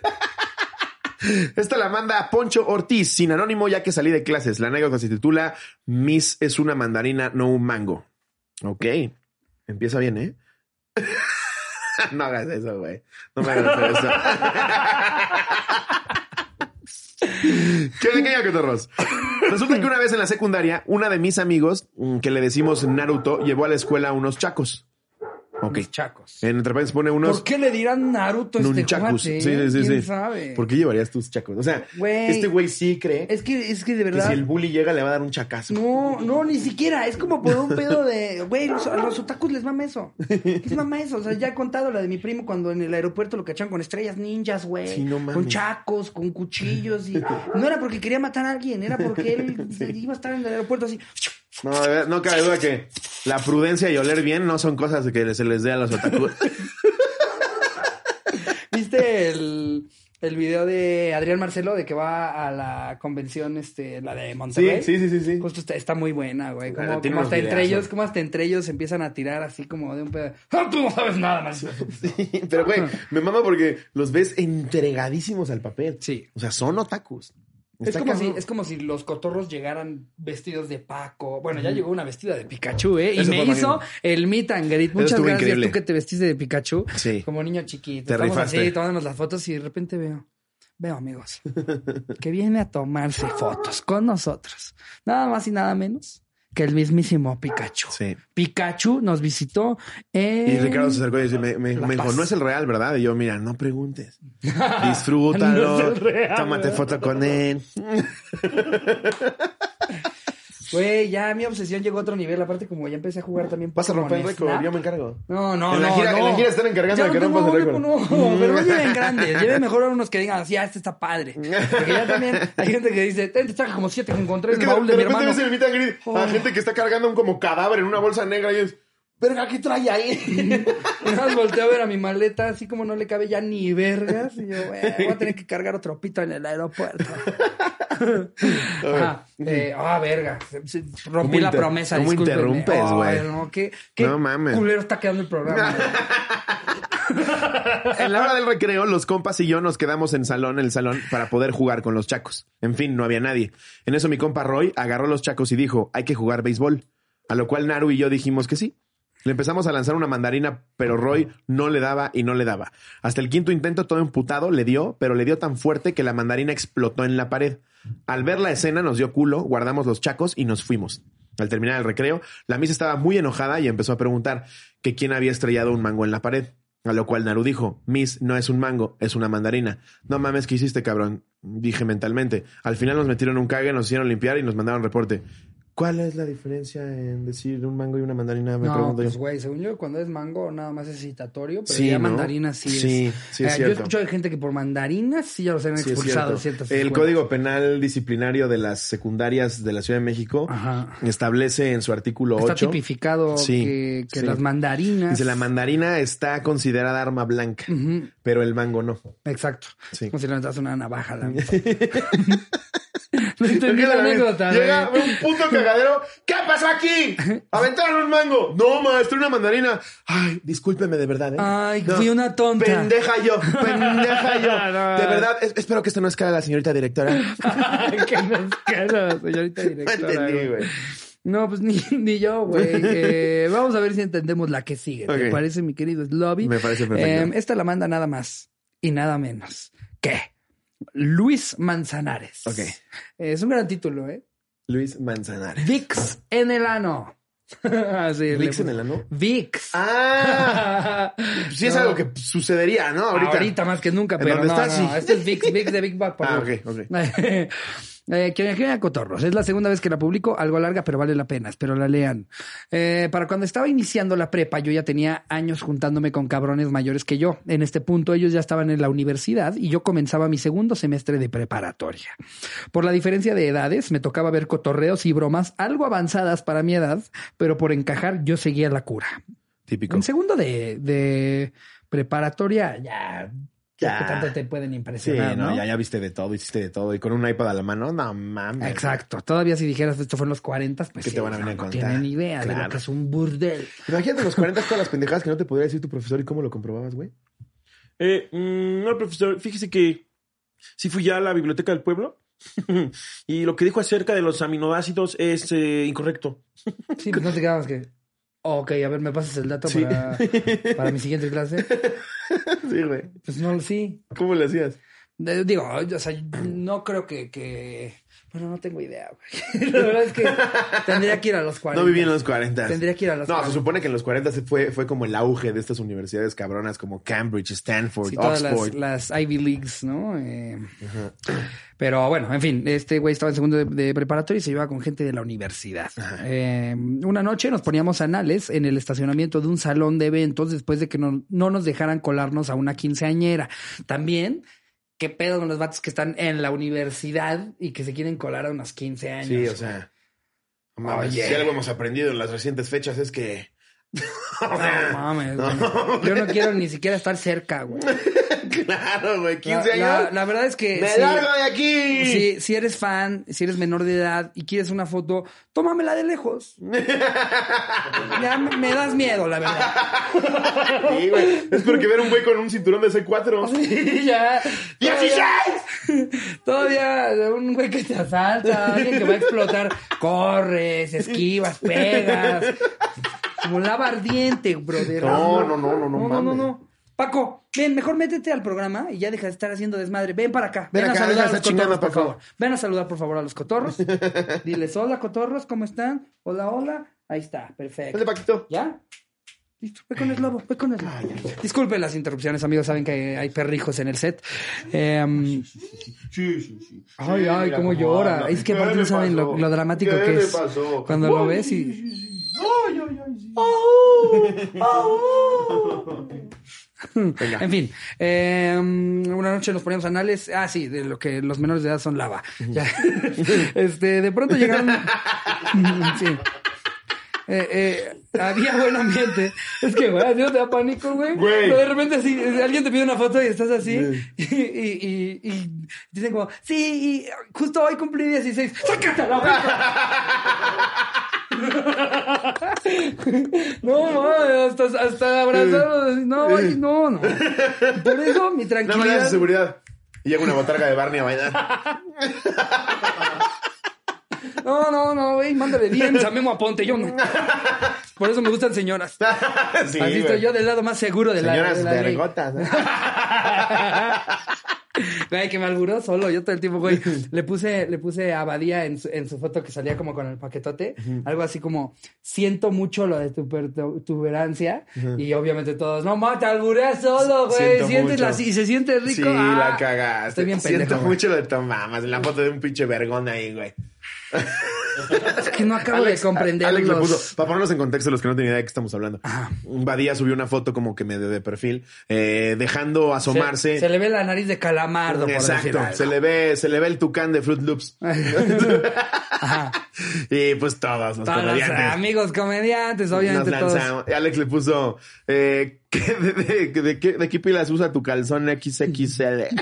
Speaker 2: Esta la manda Poncho Ortiz, sin anónimo, ya que salí de clases. La anécdota se titula Miss es una mandarina, no un mango. Ok. Empieza bien, ¿eh? no hagas eso, güey. No me hagas eso. ¿Qué onda, qué onda, cotorros? Resulta que una vez en la secundaria, una de mis amigos, mm, que le decimos Naruto, llevó a la escuela unos chacos. Ok.
Speaker 1: Mis chacos.
Speaker 2: En entre paréntesis pone unos
Speaker 1: ¿Por qué le dirán Naruto a este
Speaker 2: nunchakus.
Speaker 1: cuate?
Speaker 2: sí, sí, sí.
Speaker 1: ¿Quién
Speaker 2: sí.
Speaker 1: sabe?
Speaker 2: ¿Por qué llevarías tus chacos? O sea,
Speaker 1: Güey.
Speaker 2: este güey sí cree
Speaker 1: Es que, es que de
Speaker 2: que
Speaker 1: verdad...
Speaker 2: si el bully llega le va a dar un chacazo.
Speaker 1: No, no, ni siquiera. Es como por un pedo de, güey, los, a los otakus les mama eso. Les mama eso. O sea, ya he contado la de mi primo cuando en el aeropuerto lo cacharon con estrellas ninjas, güey.
Speaker 2: Sí, no mames.
Speaker 1: con chacos, con cuchillos. Y... No era porque quería matar a alguien, era porque él iba a estar en el aeropuerto así.
Speaker 2: No, de verdad, no cabe duda que la prudencia y oler bien no son cosas que se les dé a los otakus.
Speaker 1: ¿Viste el, el video de Adrián Marcelo de que va a la convención, este, la de Monterrey?
Speaker 2: sí, sí, sí.
Speaker 1: Justo está, está muy buena, güey. Como,
Speaker 2: Claro, tiene
Speaker 1: como
Speaker 2: unos
Speaker 1: hasta entre
Speaker 2: videazos.
Speaker 1: ellos, como hasta entre ellos se empiezan a tirar así como de un pedo. ¡Ah, tú no sabes nada, más!
Speaker 2: Sí, Pero güey, me mama porque los ves entregadísimos al papel.
Speaker 1: Sí.
Speaker 2: O sea, son otakus.
Speaker 1: Es
Speaker 2: Está
Speaker 1: como, si,
Speaker 2: cabrón.
Speaker 1: es como si los cotorros llegaran vestidos de Paco. Bueno, ya llegó una vestida de Pikachu, ¿eh? Y
Speaker 2: Eso
Speaker 1: me
Speaker 2: fue
Speaker 1: hizo
Speaker 2: magnífico.
Speaker 1: el meet and greet. Muchas
Speaker 2: estuvo
Speaker 1: gracias
Speaker 2: increíble.
Speaker 1: tú que te vestiste de Pikachu.
Speaker 2: Sí.
Speaker 1: Como niño chiquito.
Speaker 2: Te
Speaker 1: Estamos
Speaker 2: rifaste.
Speaker 1: así, tomándonos las fotos y de repente veo. veo amigos, que viene a tomarse fotos con nosotros. Nada más y nada menos que el mismísimo Pikachu.
Speaker 2: Sí.
Speaker 1: Pikachu nos visitó en...
Speaker 2: Y Ricardo se acercó y dice, me, me-
Speaker 1: Eh. La
Speaker 2: me dijo,
Speaker 1: Paz.
Speaker 2: no es el real, ¿verdad? Y yo, mira, no preguntes.
Speaker 1: No
Speaker 2: Disfrútalo.
Speaker 1: es el real,
Speaker 2: tómate
Speaker 1: ¿verdad?
Speaker 2: foto con él.
Speaker 1: Güey, ya mi obsesión llegó a otro nivel. Aparte, como ya empecé a jugar también...
Speaker 2: Vas a
Speaker 1: Pokémon
Speaker 2: romper el récord,
Speaker 1: Snap.
Speaker 2: yo me encargo.
Speaker 1: No, no,
Speaker 2: En la
Speaker 1: no,
Speaker 2: gira-
Speaker 1: no.
Speaker 2: en la gira están encargando
Speaker 1: Ya
Speaker 2: de que
Speaker 1: no tengo
Speaker 2: rompas el
Speaker 1: uno
Speaker 2: récord.
Speaker 1: con uno, pero no lleven grandes. Lleven mejor a unos que digan, sí, ah, este está padre. Porque ya también hay gente que dice, "Este te saca como siete que encontré
Speaker 2: Es
Speaker 1: en
Speaker 2: que
Speaker 1: el
Speaker 2: de,
Speaker 1: baúl de,
Speaker 2: de Oh.
Speaker 1: mi
Speaker 2: repente
Speaker 1: hermano.
Speaker 2: ves el meet and greet a gente que está cargando un como cadáver en una bolsa negra y es, verga, ¿qué trae ahí?
Speaker 1: Y nada más volteé a ver a mi maleta, así como no le cabe ya ni vergas. Y yo, "Güey, voy a tener que cargar otro pito en el aeropuerto. Ah, eh, ah, verga. Se- se- Rompí
Speaker 2: ¿Cómo
Speaker 1: la
Speaker 2: inter-
Speaker 1: promesa.
Speaker 2: cómo
Speaker 1: discúlpenme.
Speaker 2: interrumpes, güey?
Speaker 1: Ay, No, qué, qué
Speaker 2: No mames.
Speaker 1: culero está quedando el programa. güey.
Speaker 2: en la hora del recreo, los compas y yo nos quedamos en salón, en el salón, para poder jugar con los chacos. En fin, no había nadie. En eso mi compa Roy agarró los chacos y dijo, hay que jugar béisbol. A lo cual Naru y yo dijimos que sí. Le empezamos a lanzar una mandarina, pero Roy no le daba y no le daba. Hasta el quinto intento, todo emputado, le dio, pero le dio tan fuerte que la mandarina explotó en la pared. Al ver la escena nos dio culo, guardamos los chacos y nos fuimos. Al terminar el recreo, la misa estaba muy enojada y empezó a preguntar que quién había estrellado un mango en la pared. A lo cual Naru dijo, Miss, no es un mango, es una mandarina. No mames, ¿qué hiciste, cabrón? Dije mentalmente. Al final nos metieron un cague, nos hicieron limpiar y nos mandaron reporte. ¿Cuál es la diferencia en decir un mango y una mandarina? Me
Speaker 1: No,
Speaker 2: pregunto yo.
Speaker 1: pues güey, según yo, cuando es mango nada más es citatorio, pero
Speaker 2: Sí,
Speaker 1: ya
Speaker 2: ¿no?
Speaker 1: mandarina sí es.
Speaker 2: Sí,
Speaker 1: Eh,
Speaker 2: sí es
Speaker 1: Yo
Speaker 2: cierto.
Speaker 1: he escuchado de gente que por mandarinas sí ya los han
Speaker 2: Sí, es
Speaker 1: expulsado de
Speaker 2: cierto.
Speaker 1: ciertas
Speaker 2: El
Speaker 1: escuelas.
Speaker 2: Código Penal Disciplinario de las Secundarias de la Ciudad de México
Speaker 1: Ajá.
Speaker 2: establece en su artículo
Speaker 1: Está
Speaker 2: 8
Speaker 1: tipificado
Speaker 2: Sí,
Speaker 1: que, que
Speaker 2: sí.
Speaker 1: las mandarinas.
Speaker 2: dice la mandarina está considerada arma blanca,
Speaker 1: Ujú,
Speaker 2: pero el mango no.
Speaker 1: Exacto.
Speaker 2: Sí.
Speaker 1: Como si le metas una navaja. la- no entendí la anécdota.
Speaker 2: Llega
Speaker 1: güey.
Speaker 2: un puto cagadero. ¿Qué pasó aquí? Aventaron un mango. No, maestro, una mandarina. Ay, discúlpeme de verdad. ¿eh?
Speaker 1: Ay,
Speaker 2: No.
Speaker 1: fui una tonta.
Speaker 2: Pendeja yo, pendeja
Speaker 1: No.
Speaker 2: yo. De verdad, es- espero que esto no escala la señorita directora.
Speaker 1: que nos queda, señorita
Speaker 2: No
Speaker 1: directora.
Speaker 2: entendí,
Speaker 1: güey.
Speaker 2: güey.
Speaker 1: No, pues ni, ni yo, güey. Eh, vamos a ver si entendemos la que sigue. ¿Te
Speaker 2: Ok.
Speaker 1: parece, mi querido Slobby?
Speaker 2: Me parece perfecto.
Speaker 1: Eh, esta la manda nada más y nada menos que Luis Manzanares.
Speaker 2: Ok.
Speaker 1: Eh, es un gran título, ¿eh?
Speaker 2: Luis Manzanares.
Speaker 1: Vix en el ano. Así eh, le
Speaker 2: ¿Vix
Speaker 1: puse.
Speaker 2: en el ano?
Speaker 1: Vix.
Speaker 2: Ah, sí es
Speaker 1: No.
Speaker 2: algo que sucedería, ¿no?
Speaker 1: Ahorita.
Speaker 2: Ahorita.
Speaker 1: más que nunca,
Speaker 2: ¿En
Speaker 1: pero no,
Speaker 2: dónde está?
Speaker 1: no,
Speaker 2: Sí.
Speaker 1: este es Vix, Vix de Big Bad por
Speaker 2: Ah,
Speaker 1: favor.
Speaker 2: ok, ok.
Speaker 1: Eh, que me genera cotorros. Es la segunda vez que la publico, algo larga, pero vale la pena. Espero la lean. Eh, para cuando estaba iniciando la prepa, yo ya tenía años juntándome con cabrones mayores que yo. En este punto, ellos ya estaban en la universidad y yo comenzaba mi segundo semestre de preparatoria. Por la diferencia de edades, me tocaba ver cotorreos y bromas algo avanzadas para mi edad, pero por encajar, yo seguía la cura.
Speaker 2: Típico.
Speaker 1: En segundo de, de preparatoria, ya,
Speaker 2: Ya.
Speaker 1: ya. que tanto te pueden
Speaker 2: Sí,
Speaker 1: impresionar,
Speaker 2: no,
Speaker 1: ¿no?
Speaker 2: Ya, ya viste de todo, hiciste de todo. Y con un iPad a la mano, no mames.
Speaker 1: Exacto. Todavía si dijeras esto fue en los 40, pues
Speaker 2: ¿Qué
Speaker 1: sí,
Speaker 2: te van a
Speaker 1: no,
Speaker 2: venir a
Speaker 1: no
Speaker 2: contar?
Speaker 1: tienen idea de lo
Speaker 2: Claro.
Speaker 1: que es un burdel.
Speaker 2: Imagínate los 40 todas las pendejadas que no te podría decir tu profesor y cómo lo comprobabas, güey.
Speaker 3: Eh, mm, no, profesor, fíjese que sí fui ya a la biblioteca del pueblo y lo que dijo acerca de los aminoácidos es eh, incorrecto.
Speaker 1: Sí, pues no te quedabas que. Ok, a ver, me pasas el dato
Speaker 2: Sí.
Speaker 1: para, para mi siguiente clase.
Speaker 2: Sí, güey.
Speaker 1: Pues no lo sí.
Speaker 2: ¿Cómo le hacías?
Speaker 1: De- Digo, o sea, no creo que, que... Bueno, no tengo idea, güey. La verdad es que tendría que ir a los 40.
Speaker 2: No viví en los 40.
Speaker 1: Tendría que ir a los
Speaker 2: No, se
Speaker 1: 40.
Speaker 2: supone que en los 40 se fue, fue como el auge de estas universidades cabronas como Cambridge, Stanford,
Speaker 1: Sí, todas las,
Speaker 2: Oxford.
Speaker 1: las Ivy Leagues, ¿no? Eh, pero bueno, en fin, este güey estaba en segundo de, de preparatoria y se llevaba con gente de la universidad. Eh, una noche nos poníamos anales en el estacionamiento de un salón de eventos después de que no, no nos dejaran colarnos a una quinceañera. También, ¿qué pedo con los vatos que están en la universidad y que se quieren colar a unos 15 años?
Speaker 2: Sí, o sea. no mames,
Speaker 1: Oye.
Speaker 2: Si algo hemos aprendido en las recientes fechas es que.
Speaker 1: No mames, güey. Yo no quiero ni siquiera estar cerca, güey.
Speaker 2: Claro, güey. 15
Speaker 1: La,
Speaker 2: años.
Speaker 1: la- la verdad es que...
Speaker 2: ¡Me
Speaker 1: sí.
Speaker 2: largo de aquí!
Speaker 1: Si, si eres fan, si eres menor de edad y quieres una foto, tómamela de lejos. ya me, me das miedo, la verdad.
Speaker 2: Sí, güey. Es porque ver un güey con un cinturón de C4.
Speaker 1: Sí, ya.
Speaker 2: ¡16!
Speaker 1: Todavía un güey que te asalta, alguien que va a explotar, corres, esquivas, pegas. Como lava ardiente, brother.
Speaker 2: No, no, no, no, no,
Speaker 1: no, no,
Speaker 2: mames.
Speaker 1: no. Paco, ven, mejor métete al programa y ya deja de estar haciendo desmadre. Ven para acá.
Speaker 2: Ven
Speaker 1: Ven, a
Speaker 2: acá,
Speaker 1: saludar a
Speaker 2: deja de
Speaker 1: los
Speaker 2: estar
Speaker 1: cotorros,
Speaker 2: chingando,
Speaker 1: por
Speaker 2: por
Speaker 1: favor.
Speaker 2: favor.
Speaker 1: Ven a saludar, por favor, a los cotorros. Diles, hola, cotorros, ¿cómo están? Hola, hola. Ahí está, perfecto.
Speaker 2: Dale, Paquito.
Speaker 1: ¿Ya? Listo, ve con el lobo, ve con el lobo. Disculpen las interrupciones, amigos, saben que hay perrijos en el set. Em,
Speaker 2: Sí, sí, sí.
Speaker 1: Ay,
Speaker 2: Sí,
Speaker 1: ay,
Speaker 2: mira
Speaker 1: cómo llora. Es que
Speaker 2: ¿Qué
Speaker 1: aparte
Speaker 2: le
Speaker 1: no saben lo-
Speaker 2: pasó?
Speaker 1: lo dramático
Speaker 2: ¿Qué
Speaker 1: que
Speaker 2: le
Speaker 1: es
Speaker 2: pasó?
Speaker 1: cuando lo
Speaker 2: Ay,
Speaker 1: ves y-
Speaker 2: sí, sí, sí. Ay, ay, ay, sí.
Speaker 1: en fin, em, una noche nos poníamos anales. Ah, sí, de lo que los menores de edad son lava. Ya. este, de pronto llegaron. sí. Eh, eh, había buen ambiente. Es que, güey, así no te da pánico, güey.
Speaker 2: Güey.
Speaker 1: Pero De repente, así, alguien te pide una foto y estás así. Y, y- y- y dicen, como, sí, y justo hoy cumplí 16. ¡Sácate a la verga! No, mames, hasta, hasta abrazado. No, ay, no, no. Por eso mi
Speaker 2: Nada más le haces
Speaker 1: tranquilidad.
Speaker 2: seguridad. Y llega una botarga de Barney a bailar.
Speaker 1: No, no, no, güey, mándale bien, Samemo Aponte, yo no. Por eso me gustan señoras.
Speaker 2: sí,
Speaker 1: Así estoy
Speaker 2: güey.
Speaker 1: yo del lado más seguro de la
Speaker 2: Señoras
Speaker 1: de la ley.
Speaker 2: vergotas. ¿eh?
Speaker 1: Güey, que me alburó solo. Yo todo el tiempo, güey, le puse, le puse a Abadía en su, en su foto que salía como con el paquetote. Algo así como, siento mucho lo de tu pertuberancia. Y obviamente todos, no, ma, te alburé solo, güey.
Speaker 2: Siento
Speaker 1: Sientes la-
Speaker 2: mucho.
Speaker 1: y se siente rico.
Speaker 2: Sí,
Speaker 1: Ah,
Speaker 2: la cagaste.
Speaker 1: Estoy bien
Speaker 2: Siento
Speaker 1: pendejo, güey.
Speaker 2: mucho lo de tu mamá. La foto de un pinche vergón ahí, güey.
Speaker 1: Es que no acabo
Speaker 2: Alex-
Speaker 1: de comprender
Speaker 2: Alex le
Speaker 1: los-
Speaker 2: puso- para ponernos en contexto, los que no tienen idea de qué estamos hablando. Badía subió una foto como que medio de perfil, eh, dejando
Speaker 1: se,
Speaker 2: asomarse.
Speaker 1: se le ve la nariz de calamardo, por decir
Speaker 2: Exacto,
Speaker 1: algo. Ah.
Speaker 2: se le ve, se le ve el tucán de Fruit Loops.
Speaker 1: Ajá.
Speaker 2: y pues todos los
Speaker 1: Todos los
Speaker 2: comediantes.
Speaker 1: amigos comediantes,
Speaker 2: Nos
Speaker 1: obviamente todos.
Speaker 2: lanzamos. Alex le puso, eh, ¿qué- de, de- de- de qué- de qué pilas usa tu calzón XXL?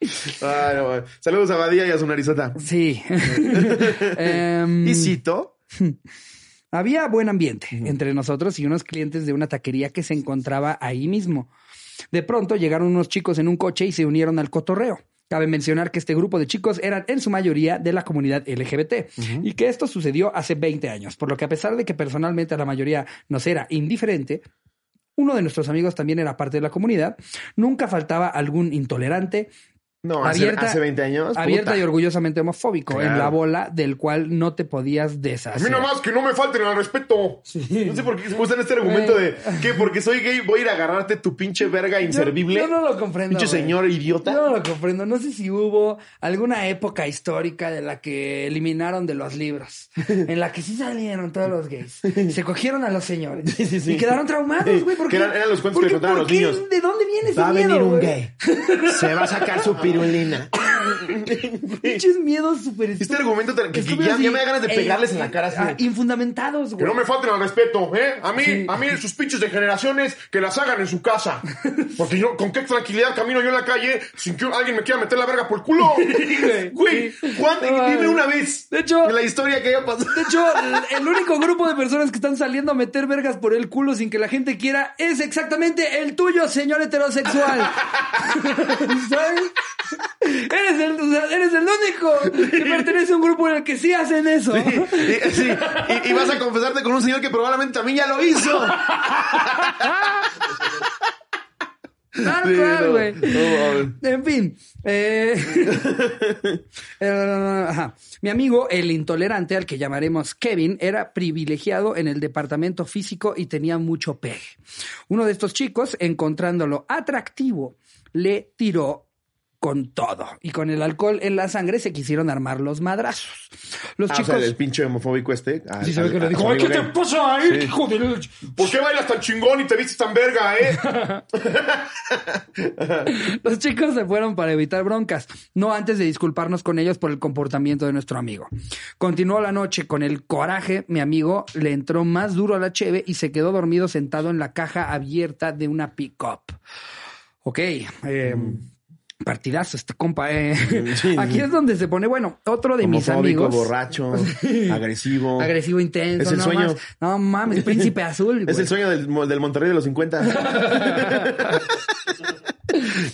Speaker 2: Ay, Ah, no, bueno. Saludos a Badía y a su narizota.
Speaker 1: Sí. Em,
Speaker 2: Y cito,
Speaker 1: Había buen ambiente entre nosotros y unos clientes de una taquería que se encontraba ahí mismo. De pronto llegaron unos chicos en un coche y se unieron al cotorreo. Cabe mencionar que este grupo de chicos eran en su mayoría de la comunidad LGBT y que esto sucedió hace 20 años, por lo que a pesar de que personalmente a la mayoría nos era indiferente, uno de nuestros amigos también era parte de la comunidad, nunca faltaba algún intolerante,
Speaker 2: no, hace,
Speaker 1: Abierta-
Speaker 2: hace 20 años.
Speaker 1: abierta
Speaker 2: puta.
Speaker 1: y orgullosamente homofóbico en
Speaker 2: Claro.
Speaker 1: la bola del cual no te podías deshacer.
Speaker 2: A mí nomás que no me falten al respeto. No sé por qué usan este argumento de que porque soy gay voy a ir a agarrarte tu pinche verga inservible.
Speaker 1: Yo, yo no lo comprendo.
Speaker 2: pinche
Speaker 1: güey.
Speaker 2: señor idiota.
Speaker 1: Yo no lo comprendo. No sé si hubo alguna época histórica de la que eliminaron de los libros, en la que sí salieron todos los gays. Se cogieron a los señores. Y quedaron traumados, güey. porque-
Speaker 2: Que eran- eran los cuentos que
Speaker 1: porque-
Speaker 2: le contaban a los
Speaker 1: ¿por qué?
Speaker 2: niños.
Speaker 1: ¿De dónde viene ese miedo, güey?
Speaker 2: Se va a sacar su pirulina.
Speaker 1: Pinches miedos súper
Speaker 2: Este
Speaker 1: estúpidos.
Speaker 2: argumento tan- que- que
Speaker 1: Estúpidos
Speaker 2: ya, ya
Speaker 1: y-
Speaker 2: me da ganas de
Speaker 1: e-
Speaker 2: pegarles en la cara. así de,
Speaker 1: ah, infundamentados, güey.
Speaker 2: que no me falten al respeto, ¿eh? A mí, a mí sus pinches de generaciones que las hagan en su casa. Porque yo, con qué tranquilidad camino yo en la calle sin que alguien me quiera meter la verga por el culo. Güey, Juan,
Speaker 1: No,
Speaker 2: dime
Speaker 1: no.
Speaker 2: una vez
Speaker 1: De hecho-
Speaker 2: la historia que haya pasado.
Speaker 1: De hecho, el- el único grupo de personas que están saliendo a meter vergas por el culo sin que la gente quiera es exactamente el tuyo, señor heterosexual. ¿Sabes? Eres el, o sea, eres el único que pertenece a un grupo en el que sí hacen eso.
Speaker 2: Y, sí, y- y vas a confesarte con un señor que probablemente también ya lo hizo.
Speaker 1: Ah, Tal
Speaker 2: Sí,
Speaker 1: cual,
Speaker 2: no,
Speaker 1: güey.
Speaker 2: no mames.
Speaker 1: en fin. eh, eh, ajá. Mi amigo, el intolerante, al que llamaremos Kevin, era privilegiado en el departamento físico y tenía mucho pegue. Uno de estos chicos, encontrándolo atractivo, le tiró con todo. Y con el alcohol en la sangre se quisieron armar los madrazos. Los
Speaker 2: Ah, o
Speaker 1: chicos...
Speaker 2: sea, el pinche homofóbico este. al-
Speaker 1: Sí, se ve
Speaker 2: al-
Speaker 1: que le
Speaker 2: a su
Speaker 1: dijo, "Ay,
Speaker 2: amigo
Speaker 1: ¿qué te
Speaker 2: gay.
Speaker 1: pasa, eh, hijo de...?
Speaker 2: ¿Por qué bailas tan chingón y te vistes tan verga, eh?
Speaker 1: Los chicos se fueron para evitar broncas, no antes de disculparnos con ellos por el comportamiento de nuestro amigo. Continuó la noche con el coraje, mi amigo le entró más duro a la cheve y se quedó dormido sentado en la caja abierta de una pick-up. Ok, eh, partidazo este compa. eh.
Speaker 2: sí.
Speaker 1: Aquí es donde se pone, bueno, otro de mis
Speaker 2: Homofóbico,
Speaker 1: amigos.
Speaker 2: borracho, agresivo.
Speaker 1: Agresivo, intenso.
Speaker 2: Es el
Speaker 1: no
Speaker 2: sueño.
Speaker 1: más. no mames, príncipe azul.
Speaker 2: Es
Speaker 1: güey.
Speaker 2: el sueño del, del Monterrey de los 50.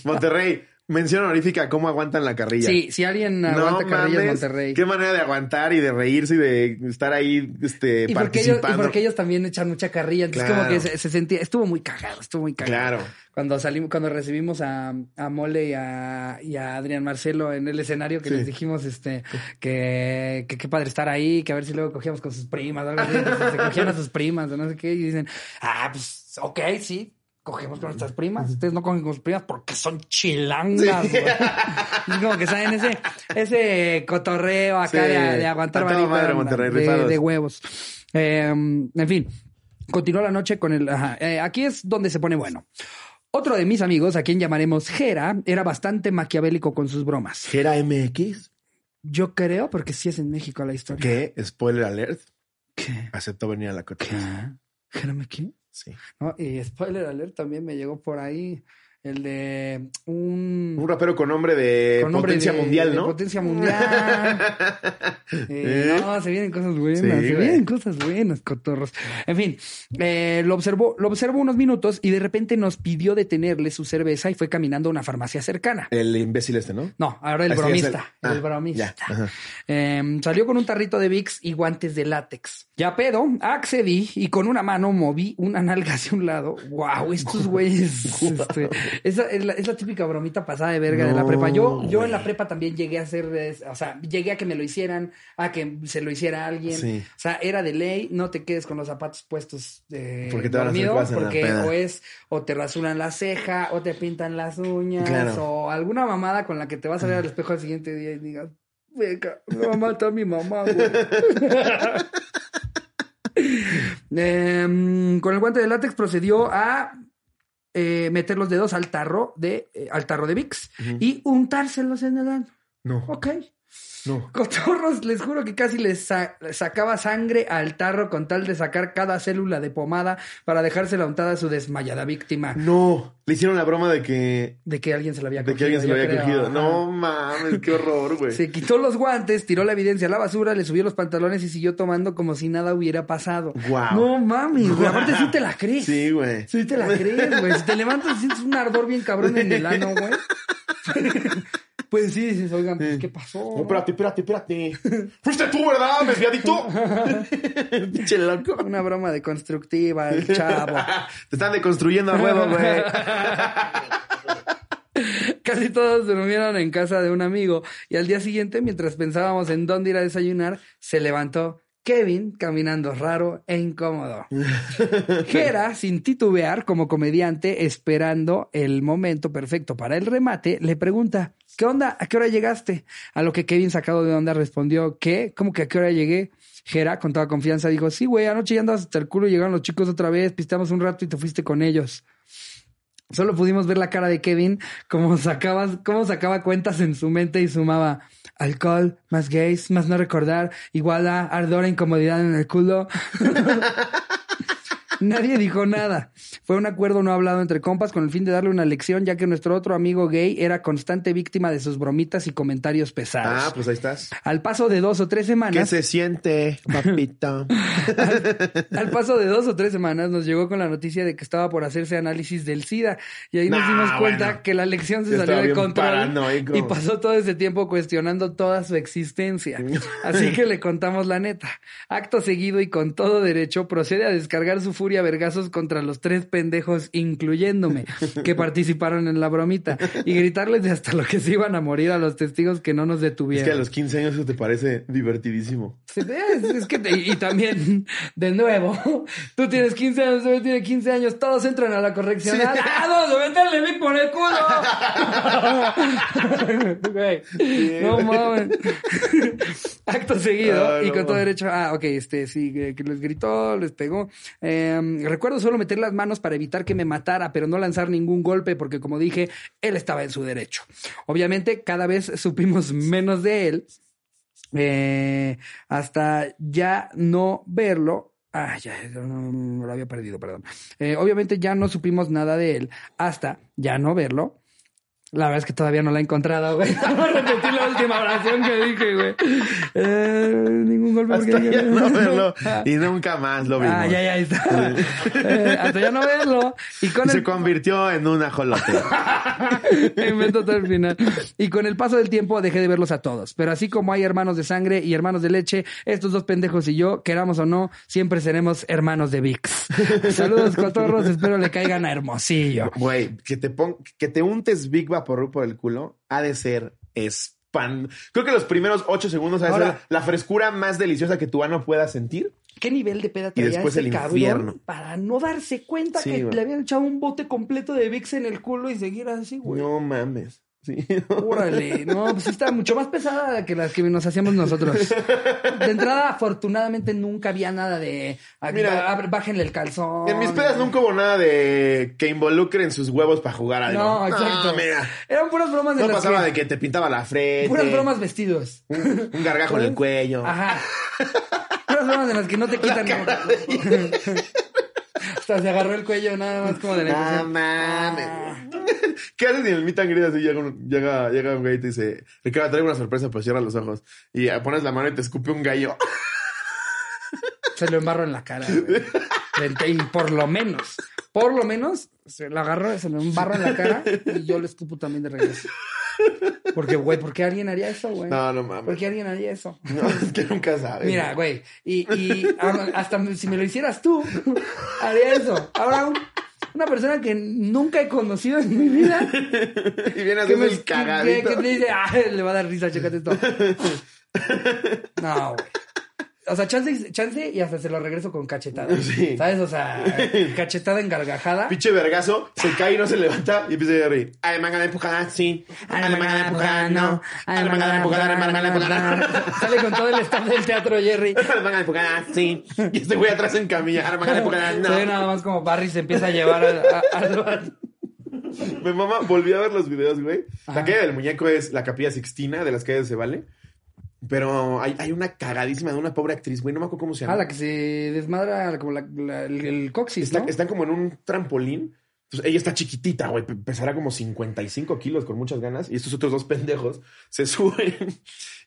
Speaker 2: Monterrey, Mención honorífica, ¿cómo aguantan la carrilla?
Speaker 1: Sí, si alguien aguanta carrillas en
Speaker 2: mames,
Speaker 1: Monterrey.
Speaker 2: Qué manera de aguantar y de reírse y de estar ahí este,
Speaker 1: Y porque, ellos, y
Speaker 2: participando.
Speaker 1: porque ellos también echan mucha carrilla, entonces
Speaker 2: Claro.
Speaker 1: como que se, se sentía, estuvo muy cagado, estuvo muy cagado.
Speaker 2: Claro.
Speaker 1: Cuando salimos, cuando recibimos a, a Mole y a, y a Adrián Marcelo en el escenario que
Speaker 2: Sí.
Speaker 1: les dijimos este que que qué padre estar ahí, que a ver si luego cogíamos con sus primas, algo así, entonces se cogían a sus primas, o no sé qué, y dicen, ah, pues, ok, sí. Cogemos con nuestras primas. Ustedes no cogen con sus primas porque son chilangas. güey. Es como que saben ese, ese cotorreo acá
Speaker 2: Sí.
Speaker 1: de, de aguantar
Speaker 2: A toda
Speaker 1: varita,
Speaker 2: madre, Monterrey,
Speaker 1: de-
Speaker 2: rifados.
Speaker 1: de huevos. Eh, en fin, continuó la noche con el... ajá. Eh, aquí es donde se pone bueno. Otro de mis amigos, a quien llamaremos Jera, era bastante maquiavélico con sus bromas.
Speaker 3: ¿Gera MX?
Speaker 1: Yo creo, porque sí es en México la historia.
Speaker 2: ¿Qué? Spoiler alert.
Speaker 1: ¿Qué?
Speaker 2: Acepto venir a la coche.
Speaker 1: ¿Qué? ¿Jera me qué?
Speaker 2: Sí.
Speaker 1: No, y spoiler alert, también me llegó por ahí el de un...
Speaker 2: Un rapero con nombre de
Speaker 1: con nombre
Speaker 2: potencia
Speaker 1: de-
Speaker 2: mundial,
Speaker 1: de
Speaker 2: ¿no?
Speaker 1: Potencia mundial. Eh, No, se vienen cosas buenas,
Speaker 2: Sí,
Speaker 1: se
Speaker 2: güey.
Speaker 1: vienen cosas buenas, cotorros. En fin, eh, lo observó, lo observó unos minutos y de repente nos pidió detenerle su cerveza y fue caminando a una farmacia cercana.
Speaker 2: El imbécil este, ¿no?
Speaker 1: No, ahora el
Speaker 2: Así es
Speaker 1: bromista.
Speaker 2: el-
Speaker 1: El,
Speaker 2: ah,
Speaker 1: bromista.
Speaker 2: ya, ajá.
Speaker 1: Eh, salió con un tarrito de Vicks y guantes de látex. Ya pedo, accedí y con una mano moví una nalga hacia un lado. Wow, estos güeyes. este, esa es la, es la típica bromita pasada de verga de la
Speaker 2: No,
Speaker 1: prepa. Yo, yo en
Speaker 2: güey.
Speaker 1: la prepa también llegué a hacer, es- o sea, llegué a que me lo hicieran, a que se lo hiciera a alguien.
Speaker 2: Sí.
Speaker 1: O sea, era de ley, no te quedes con los zapatos puestos eh,
Speaker 2: Porque te van a hacer
Speaker 1: dormido,
Speaker 2: cosas en la
Speaker 1: porque
Speaker 2: peda.
Speaker 1: o es, o te rasuran la ceja, o te pintan las uñas,
Speaker 2: Claro.
Speaker 1: o alguna mamada con la que te vas a ver al espejo al siguiente día y digas, venga, me va a matar mi mamá, güey. Em, con el guante de látex procedió a eh, meter los dedos al tarro de, eh, al tarro de Vicks y untárselos en el ano.
Speaker 2: No,
Speaker 1: Ok.
Speaker 2: no.
Speaker 1: Cotorros, les juro que casi les sa- sacaba sangre al tarro con tal de sacar cada célula de pomada para dejársela untada a su desmayada víctima.
Speaker 2: No. Le hicieron la broma de que,
Speaker 1: De que alguien se la había
Speaker 2: de
Speaker 1: cogido.
Speaker 2: que alguien se lo
Speaker 1: yo
Speaker 2: había
Speaker 1: creo.
Speaker 2: cogido.
Speaker 1: Ajá.
Speaker 2: No mames, qué horror, güey.
Speaker 1: Se quitó los guantes, tiró la evidencia a la basura, le subió los pantalones y siguió tomando como si nada hubiera pasado.
Speaker 2: Guau.
Speaker 1: No mames, güey. Aparte sí te la crees.
Speaker 2: Sí, güey.
Speaker 1: Sí te la crees, güey. Si te levantas y sientes un ardor bien cabrón en el ano, güey. Pues sí, dices, oigan, pues, ¿qué pasó?
Speaker 3: No, espérate, espérate, espérate.
Speaker 2: Fuiste tú, ¿verdad, desviadito? Pinche loco.
Speaker 1: Una broma de constructiva, el chavo.
Speaker 2: Te están deconstruyendo a huevo, güey.
Speaker 1: Casi todos durmieron en casa de un amigo y al día siguiente, mientras pensábamos en dónde ir a desayunar, se levantó Kevin caminando raro e incómodo. Jera, sin titubear como comediante, esperando el momento perfecto para el remate, le pregunta, ¿qué onda? ¿A qué hora llegaste? A lo que Kevin, sacado de onda, respondió, ¿qué? ¿Cómo que a qué hora llegué? Jera, con toda confianza, dijo, sí, güey, anoche ya andas hasta el culo, llegaron los chicos otra vez, pistamos un rato y te fuiste con ellos. Solo pudimos ver la cara de Kevin como sacaba, como sacaba cuentas en su mente y sumaba alcohol, más gays, más no recordar, igual a ardor e incomodidad en el culo. Nadie dijo nada. Fue un acuerdo no hablado entre compas con el fin de darle una lección, ya que nuestro otro amigo gay era constante víctima de sus bromitas y comentarios pesados.
Speaker 2: Ah, pues ahí estás.
Speaker 1: Al paso de dos o tres
Speaker 2: ¿Qué
Speaker 1: semanas,
Speaker 2: se siente, papito?
Speaker 1: al paso de dos o tres semanas, nos llegó con la noticia de que estaba por hacerse análisis del SIDA. Y ahí nos
Speaker 2: Nah,
Speaker 1: dimos cuenta
Speaker 2: bueno.
Speaker 1: que la lección se
Speaker 2: Yo
Speaker 1: salió
Speaker 2: estaba
Speaker 1: de
Speaker 2: bien
Speaker 1: control
Speaker 2: paranoico.
Speaker 1: y pasó todo ese tiempo cuestionando toda su existencia. Así que le contamos la neta. Acto seguido y con todo derecho, procede a descargar su furia a vergazos contra los tres pendejos, incluyéndome, que participaron en la bromita, y gritarles de hasta lo que se iban a morir a los testigos que no nos
Speaker 2: es
Speaker 1: detuvieron.
Speaker 2: que a los 15 años eso te parece divertidísimo.
Speaker 1: Sí, Es, es que, te- y también, de nuevo, tú tienes 15 años, tú tienes 15 años, todos entran a la correccional. ¡Ah, no! ¡Métanle Vic por el culo! Güey, no mames. Acto seguido
Speaker 2: Ay,
Speaker 1: y
Speaker 2: no
Speaker 1: con todo
Speaker 2: mames.
Speaker 1: derecho. Ah, ok, este sí, que que les gritó, les pegó. Eh, recuerdo solo meter las manos para evitar que me matara, pero no lanzar ningún golpe, porque como dije, él estaba en su derecho. Obviamente, cada vez supimos menos de él. Eh, hasta ya no verlo. Ah, ya, no, no, no, lo había perdido, perdón. Eh, obviamente ya no supimos nada de él hasta ya no verlo. La verdad es que todavía no la he encontrado, güey. Vamos a repetir la última oración que dije, güey. Eh, ningún golpe
Speaker 2: Hasta
Speaker 1: porque-
Speaker 2: ya no verlo. Y nunca más lo vimos.
Speaker 1: Ah, ya, ya ahí está. Eh, hasta ya no verlo. Y con
Speaker 2: Se
Speaker 1: el
Speaker 2: convirtió en un ajolote.
Speaker 1: Invento todo el final. Y con el paso del tiempo dejé de verlos a todos. Pero así como hay hermanos de sangre y hermanos de leche, estos dos pendejos y yo, queramos o no, siempre seremos hermanos de VIX. Saludos, cotorros. Espero le caigan a Hermosillo.
Speaker 2: Güey, que te pon- que te untes Big Vaporru por el culo ha de ser espan. Creo que los primeros ocho segundos ha de
Speaker 1: Ahora-
Speaker 2: ser la frescura más deliciosa que tu ano pueda sentir.
Speaker 1: ¿Qué nivel de peda
Speaker 2: Y
Speaker 1: traía
Speaker 2: después
Speaker 1: ese
Speaker 2: el
Speaker 1: cabrón
Speaker 2: infierno.
Speaker 1: para no darse cuenta
Speaker 2: Sí,
Speaker 1: que
Speaker 2: güey.
Speaker 1: le habían echado un bote completo de VIX en el culo y seguir así, güey?
Speaker 2: No mames. Sí.
Speaker 1: Órale, no, pues sí está mucho más pesada que las que nos hacíamos nosotros. De entrada, afortunadamente nunca había nada de a-
Speaker 2: Mira,
Speaker 1: a- bájenle el calzón.
Speaker 2: En mis pedas nunca hubo nada de que involucren sus huevos para jugar algo.
Speaker 1: No, exacto.
Speaker 2: mira.
Speaker 1: Eran puras bromas de
Speaker 2: No
Speaker 1: las
Speaker 2: pasaba
Speaker 1: que-
Speaker 2: de que te pintaba la frente.
Speaker 1: puras bromas vestidos.
Speaker 2: Un, un gargajo en el cuello.
Speaker 1: Ajá. Puras bromas de las que no te quitan. Hasta se agarró el cuello nada más como de la
Speaker 2: No
Speaker 1: impresión.
Speaker 2: mames.
Speaker 1: Ah.
Speaker 2: ¿Qué haces en el meet and greet así? Llega un, llega, llega un güey y te dice, Ricardo, traigo una sorpresa, pues cierra los ojos. Y eh, pones la mano y te escupe un gallo.
Speaker 1: Se lo embarro en la cara. güey. Del tein, por lo menos. Por lo menos, se lo agarro, se lo embarro en la cara y yo lo escupo también de regreso. Porque, güey, ¿por qué alguien haría eso, güey?
Speaker 2: No, no
Speaker 1: ¿Por
Speaker 2: mames.
Speaker 1: qué alguien haría eso?
Speaker 2: No, es que nunca sabes.
Speaker 1: Mira, güey, y, y ahora, hasta si me lo hicieras tú, haría eso. Ahora, un- una persona que nunca he conocido en mi vida,
Speaker 2: Y viene
Speaker 1: que
Speaker 2: haciendo
Speaker 1: me,
Speaker 2: el cagadito.
Speaker 1: que- que me dice, ah, le va a dar risa, chécate esto. No, güey. O sea, chance, chance y hasta se lo regreso con cachetada.
Speaker 2: Sí.
Speaker 1: ¿Sabes? O sea, cachetada engargajada.
Speaker 2: Pinche vergazo, se cae y no se levanta y "Ah, empieza a reír. Ay, manga de empujada, sí. Ah, Ay, manga de
Speaker 1: Ah,
Speaker 2: empujada, no. Ah, Ay, manga de empujada, ay, manga de empujada. Ah,
Speaker 1: Sale con todo el staff del teatro, Jerry.
Speaker 2: Ay, manga de empujada, sí. Y este güey atrás en camilla. Ay, manga de empujada,
Speaker 1: Se ve
Speaker 2: no.
Speaker 1: nada más como Barry se empieza a llevar a- a- al bar.
Speaker 2: Mi mamá volví a ver los videos, güey.
Speaker 1: Ajá.
Speaker 2: La calle del muñeco es la capilla sixtina de las calles de Se Vale. Pero hay, hay una cagadísima de una pobre actriz, güey. No me acuerdo cómo se llama.
Speaker 1: Ah, la que se desmadra como la- la- el, el coxis,
Speaker 2: Está-
Speaker 1: ¿no?
Speaker 2: Están como en un trampolín. Entonces, ella está chiquitita, güey. pe- Pesará como 55 kilos con muchas ganas. Y estos otros dos pendejos se suben.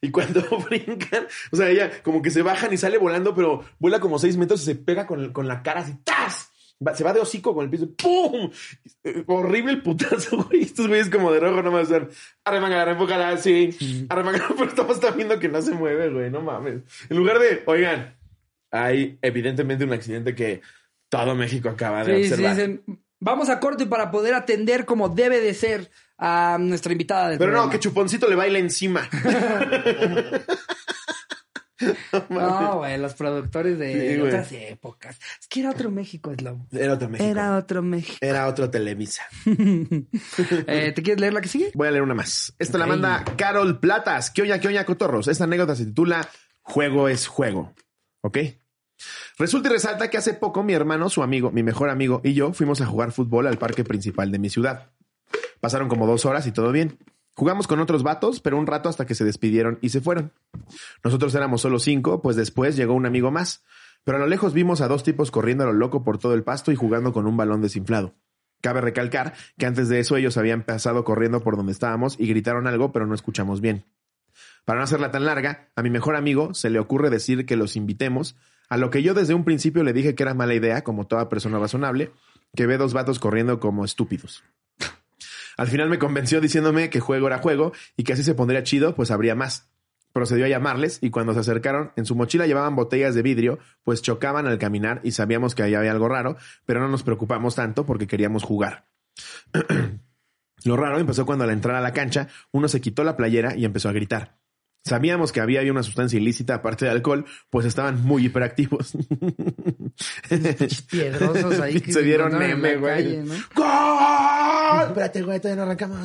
Speaker 2: Y cuando brincan, o sea, ella como que se bajan y sale volando, pero vuela como 6 metros y se pega con, el- con la cara así. ¡Tas! Va- se va de hocico con el piso. ¡Pum! Eh, Horrible el putazo, güey. Estos güeyes como de rojo no me van Arremanga, empújala, así. Arremanga, ah, pero todos están viendo que no se mueve, güey. No mames. En lugar de, oigan, hay evidentemente un accidente que todo México acaba de
Speaker 1: Sí, sí,
Speaker 2: observar.
Speaker 1: dicen, vamos a corte para poder atender como debe de ser a nuestra invitada del
Speaker 2: Pero no,
Speaker 1: programa".
Speaker 2: que Chuponcito le baila encima.
Speaker 1: No, güey, los productores de
Speaker 2: Sí, güey.
Speaker 1: otras épocas. Es que era otro México, es lobo.
Speaker 2: Era otro México.
Speaker 1: Era otro México.
Speaker 2: Era otro Televisa.
Speaker 1: Eh, ¿Te quieres leer la que sigue?
Speaker 2: Voy a leer una más. Esta la
Speaker 1: Ok.
Speaker 2: manda Carol Platas. ¿Qué oña, qué oña, cotorros? Esta anécdota se titula Juego es juego. ¿Ok? Resulta y resalta que hace poco mi hermano, su amigo, mi mejor amigo y yo fuimos a jugar fútbol al parque principal de mi ciudad. Pasaron como dos horas y todo bien. Jugamos con otros vatos, pero un rato hasta que se despidieron y se fueron. Nosotros éramos solo cinco, pues después llegó un amigo más. Pero a lo lejos vimos a dos tipos corriendo a lo loco por todo el pasto y jugando con un balón desinflado. Cabe recalcar que antes de eso ellos habían pasado corriendo por donde estábamos y gritaron algo, pero no escuchamos bien. Para no hacerla tan larga, a mi mejor amigo se le ocurre decir que los invitemos, a lo que yo desde un principio le dije que era mala idea, como toda persona razonable, que ve dos vatos corriendo como estúpidos. Al final me convenció diciéndome que juego era juego y que así se pondría chido, pues habría más. Procedió a llamarles y cuando se acercaron, en su mochila llevaban botellas de vidrio, pues chocaban al caminar y sabíamos que ahí había algo raro, pero no nos preocupamos tanto porque queríamos jugar. Lo raro empezó cuando al entrar a la cancha, uno se quitó la playera y empezó a gritar. Sabíamos que había ahí una sustancia ilícita aparte de alcohol, pues estaban muy hiperactivos.
Speaker 1: Piedrosos ahí. que
Speaker 2: Se dieron
Speaker 1: encontraron en la
Speaker 2: meme, güey.
Speaker 1: calle, ¿no?
Speaker 2: ¡Gol! Espérate, güey, todavía no arrancamos.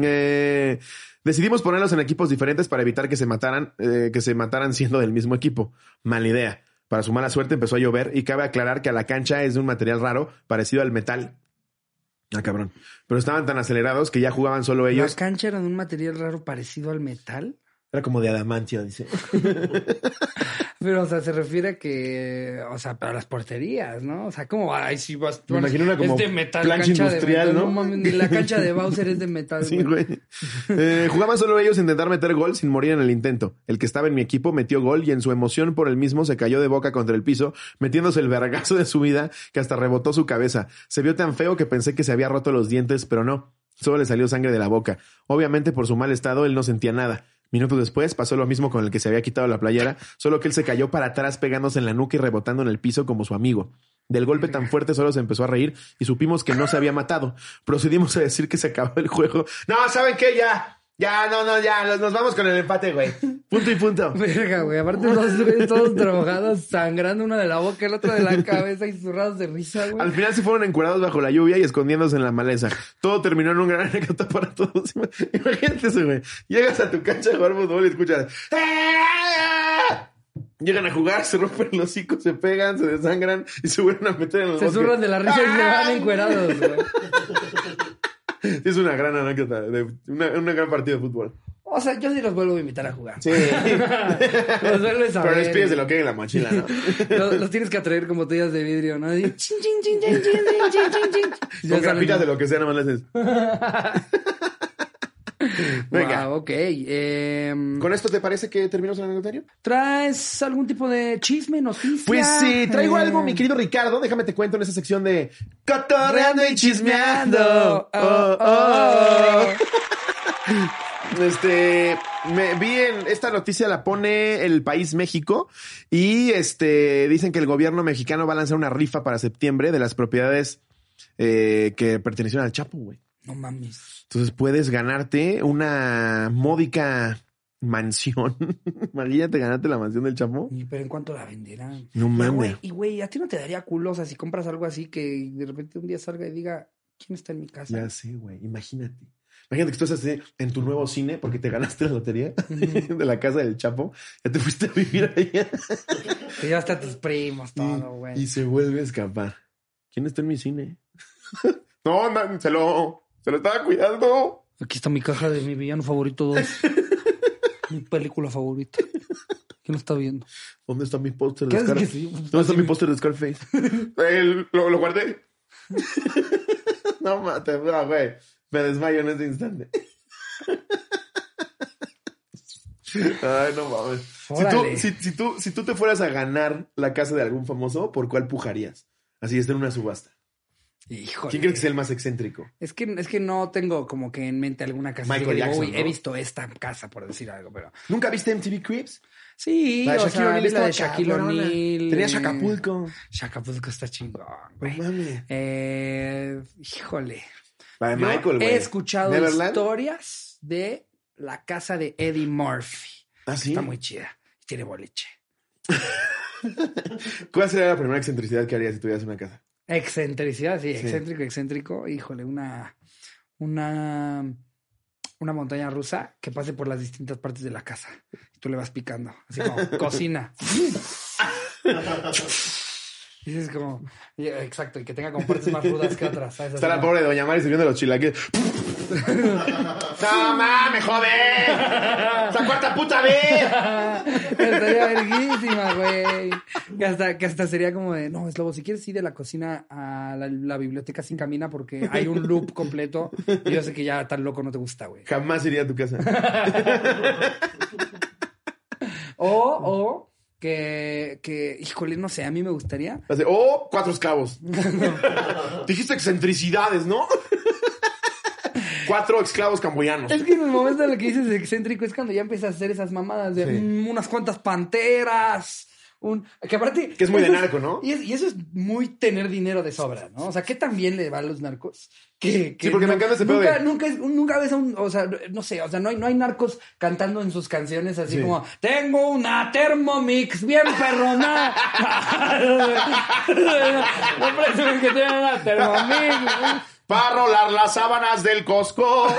Speaker 2: Eh, decidimos ponerlos en equipos diferentes para evitar que se mataran, eh, que se mataran siendo del mismo equipo. Mala idea. Para su mala suerte empezó a llover y cabe aclarar que a la cancha es de un material raro parecido al metal. Ah, cabrón. Pero estaban tan acelerados que ya jugaban solo
Speaker 1: La
Speaker 2: ellos.
Speaker 1: cancha era de un material raro parecido al metal.
Speaker 2: Era como de adamantio, dice.
Speaker 1: Pero, o sea, se refiere a que, o sea, para las porterías, ¿no? O sea, como, ay, sí, vas,
Speaker 2: Me imagino una como
Speaker 1: es de metal,
Speaker 2: plancha
Speaker 1: cancha
Speaker 2: industrial,
Speaker 1: de metal.
Speaker 2: ¿no?
Speaker 1: mames, ni la cancha de Bowser es de metal.
Speaker 2: Sí,
Speaker 1: güey.
Speaker 2: güey. Eh, jugaban solo ellos a intentar meter gol sin morir en el intento. El que estaba en mi equipo metió gol y en su emoción por el mismo se cayó de boca contra el piso, metiéndose el vergazo de su vida que hasta rebotó su cabeza. Se vio tan feo que pensé que se había roto los dientes, pero no. Solo le salió sangre de la boca. Obviamente por su mal estado él no sentía nada. Minutos después pasó lo mismo con el que se había quitado la playera, solo que él se cayó para atrás pegándose en la nuca y rebotando en el piso como su amigo. Del golpe tan fuerte solo se empezó a reír y supimos que no se había matado. Procedimos a decir que se acabó el juego. No, ¿saben qué? Ya, ya, no, no, ya, nos vamos con el empate, güey. Punto y punto.
Speaker 1: Verga, güey. Aparte, dos güeyes todos drogados, sangrando, uno de la boca, el otro de la cabeza y zurrados de risa,
Speaker 2: Al
Speaker 1: güey.
Speaker 2: final se fueron encurados bajo la lluvia y escondiéndose en la maleza. Todo terminó en un gran anécdota para todos. Imagínate eso, güey. Llegas a tu cancha a jugar fútbol y escuchas. "¡Ah!". Llegan a jugar, se rompen los hocico, se pegan, se desangran y se vuelven a meter en el
Speaker 1: Se
Speaker 2: bosque.
Speaker 1: zurran de la risa y se
Speaker 2: Ah.
Speaker 1: van encuerados, güey.
Speaker 2: Sí, Es una gran anécdota, de una, una gran partida de fútbol.
Speaker 1: O sea, yo sí los vuelvo a invitar a jugar.
Speaker 2: Sí.
Speaker 1: Los vuelves a
Speaker 2: Pero
Speaker 1: ver.
Speaker 2: les pides de lo que hay en la mochila, ¿no?
Speaker 1: Los, los tienes que atraer como botellas de vidrio, ¿no? Y- Ya
Speaker 2: Con
Speaker 1: saben,
Speaker 2: grafitas
Speaker 1: ¿no?
Speaker 2: de lo que sea, nada más le haces. Venga.
Speaker 1: Wow, ok. em,
Speaker 2: ¿Con esto te parece que terminamos el anecdotario?
Speaker 1: ¿Traes algún tipo de chisme, noticia?
Speaker 2: Pues sí, traigo
Speaker 1: Eh,
Speaker 2: algo, mi querido Ricardo. Déjame te cuento en esa sección de Cotorreando y Chismeando.
Speaker 1: Oh, oh, oh.
Speaker 2: Este, me vi en esta noticia la pone el país México y este dicen que el gobierno mexicano va a lanzar una rifa para septiembre de las propiedades eh, que pertenecieron al Chapo, güey.
Speaker 1: No mames.
Speaker 2: Entonces puedes ganarte una módica mansión. Imagínate ganarte la mansión del Chapo.
Speaker 1: ¿Y ¿Pero en cuánto la venderán?
Speaker 2: No
Speaker 1: Y,
Speaker 2: mames.
Speaker 1: güey, Y güey, ¿a ti no te daría culo? O sea, si compras algo así que de repente un día salga y diga, ¿quién está en mi casa?
Speaker 2: Ya sé, güey. Imagínate. Imagínate que tú estás así en tu nuevo cine porque te ganaste la lotería de la casa del Chapo. Ya te fuiste a vivir allá.
Speaker 1: Que ya hasta tus primos, todo, güey.
Speaker 2: y se vuelve a escapar. ¿Quién está en mi cine? no, no, se lo, se lo estaba cuidando.
Speaker 1: Aquí está mi caja de mi villano favorito 2. mi película favorita. ¿Quién lo está viendo?
Speaker 2: ¿Dónde está mi póster
Speaker 1: ¿Qué
Speaker 2: de
Speaker 1: haces que
Speaker 2: Scarface?
Speaker 1: sí?
Speaker 2: ¿Dónde está mi póster de Scarface? Eh, lo, lo guardé. no, mate, no, güey. Me desmayo en ese instante. Ay, no mames. Si tú,
Speaker 1: Órale.
Speaker 2: si, si tú, si tú te fueras a ganar la casa de algún famoso, ¿por cuál pujarías? Así está en una subasta.
Speaker 1: Híjole.
Speaker 2: ¿Quién crees que sea el más excéntrico?
Speaker 1: Es que, es que no tengo como que en mente alguna casa.
Speaker 2: Michael
Speaker 1: que digo,
Speaker 2: Jackson,
Speaker 1: "Uy,
Speaker 2: ¿no?
Speaker 1: He visto esta casa, por decir algo, pero.
Speaker 2: ¿Nunca viste MTV Cribs?
Speaker 1: Sí,
Speaker 2: La de
Speaker 1: o
Speaker 2: Shaquille
Speaker 1: sea,
Speaker 2: O'Neal
Speaker 1: vi la de
Speaker 2: estaba
Speaker 1: Shaquille
Speaker 2: cabrona.
Speaker 1: O'Neal.
Speaker 2: Tenía
Speaker 1: eh,
Speaker 2: Acapulco.
Speaker 1: Acapulco está chingón,
Speaker 2: No
Speaker 1: güey.
Speaker 2: mames.
Speaker 1: Eh, híjole.
Speaker 2: La de
Speaker 1: Yo
Speaker 2: Michael, güey.
Speaker 1: He escuchado
Speaker 2: Neverland.
Speaker 1: historias de la casa de Eddie Murphy.
Speaker 2: ¿Ah, sí?
Speaker 1: Está muy chida. Tiene boliche.
Speaker 2: ¿Cuál sería la primera excentricidad que harías si tuvieras una casa?
Speaker 1: Excentricidad, sí,
Speaker 2: Sí.
Speaker 1: excéntrico, excéntrico. Híjole, una, una, una montaña rusa que pase por las distintas partes de la casa. Y tú le vas picando, así como cocina. Y dices como, y- exacto, y que tenga como partes más rudas que otras. ¿sabes?
Speaker 2: Está
Speaker 1: Así
Speaker 2: la
Speaker 1: como-
Speaker 2: pobre Doña Mari sirviendo los chilaquiles. ¡No mames, joven! ¡Sacó esta puta vez!
Speaker 1: Estaría verguísima, güey. Que hasta, que hasta sería como de, no, es lobo, si quieres ir de la cocina a la, la biblioteca sin camina porque hay un loop completo y yo sé que ya tan loco no te gusta, güey.
Speaker 2: Jamás iría a tu casa.
Speaker 1: O, o que, que, híjole, no sé, a mí me gustaría.
Speaker 2: Así, ¡Oh, cuatro esclavos! Dijiste excentricidades, ¿no? cuatro esclavos camboyanos.
Speaker 1: Es que en el momento en el que dices excéntrico es cuando ya empiezas a hacer esas mamadas de
Speaker 2: Sí.
Speaker 1: mm, unas cuantas panteras. Un, que aparte.
Speaker 2: Que es muy de
Speaker 1: eso es-
Speaker 2: narco, ¿no?
Speaker 1: Y, es- y eso es muy tener dinero de sobra, ¿no? O sea, ¿qué tan bien le va a los narcos? Que, que
Speaker 2: Sí, porque me encanta ese pedo
Speaker 1: nunca,
Speaker 2: de-
Speaker 1: nunca, es- nunca ves a un. O sea, no sé, o sea, no hay, no hay narcos cantando en sus canciones así
Speaker 2: Sí.
Speaker 1: como: Tengo una Thermomix bien perrona. no presumen que tienen una Thermomix.
Speaker 2: para rolar las sábanas del Costco.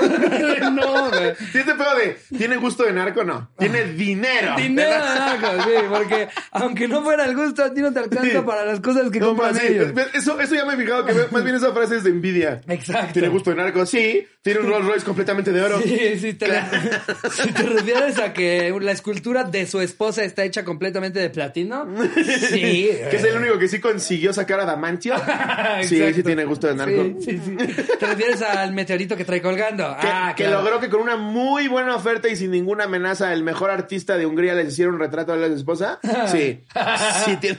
Speaker 2: no, güey. Tiene pedo de, ¿tiene gusto de narco? No.
Speaker 1: Ah.
Speaker 2: Tiene dinero.
Speaker 1: Dinero de narcos, sí, porque aunque no fuera el gusto, a ti no te alcanza
Speaker 2: Sí.
Speaker 1: para las cosas que
Speaker 2: No,
Speaker 1: compran
Speaker 2: sí,
Speaker 1: ellos.
Speaker 2: eso, eso ya me he fijado que más bien esa frase es de envidia.
Speaker 1: Exacto.
Speaker 2: Tiene gusto de narco, sí. Tiene un Rolls Royce completamente de oro.
Speaker 1: Sí, si te, si te refieres a que la escultura de su esposa está hecha completamente de platino, sí. eh.
Speaker 2: Que es el único que sí consiguió sacar a Damantio. sí, sí
Speaker 1: Exacto.
Speaker 2: tiene gusto de narco.
Speaker 1: Sí, sí, sí. Te refieres al meteorito que trae colgando.
Speaker 2: Que,
Speaker 1: ah,
Speaker 2: que
Speaker 1: claro.
Speaker 2: logró que con una muy buena oferta y sin ninguna amenaza, el mejor artista de Hungría les hiciera un retrato de su esposa. Sí. sí tiene.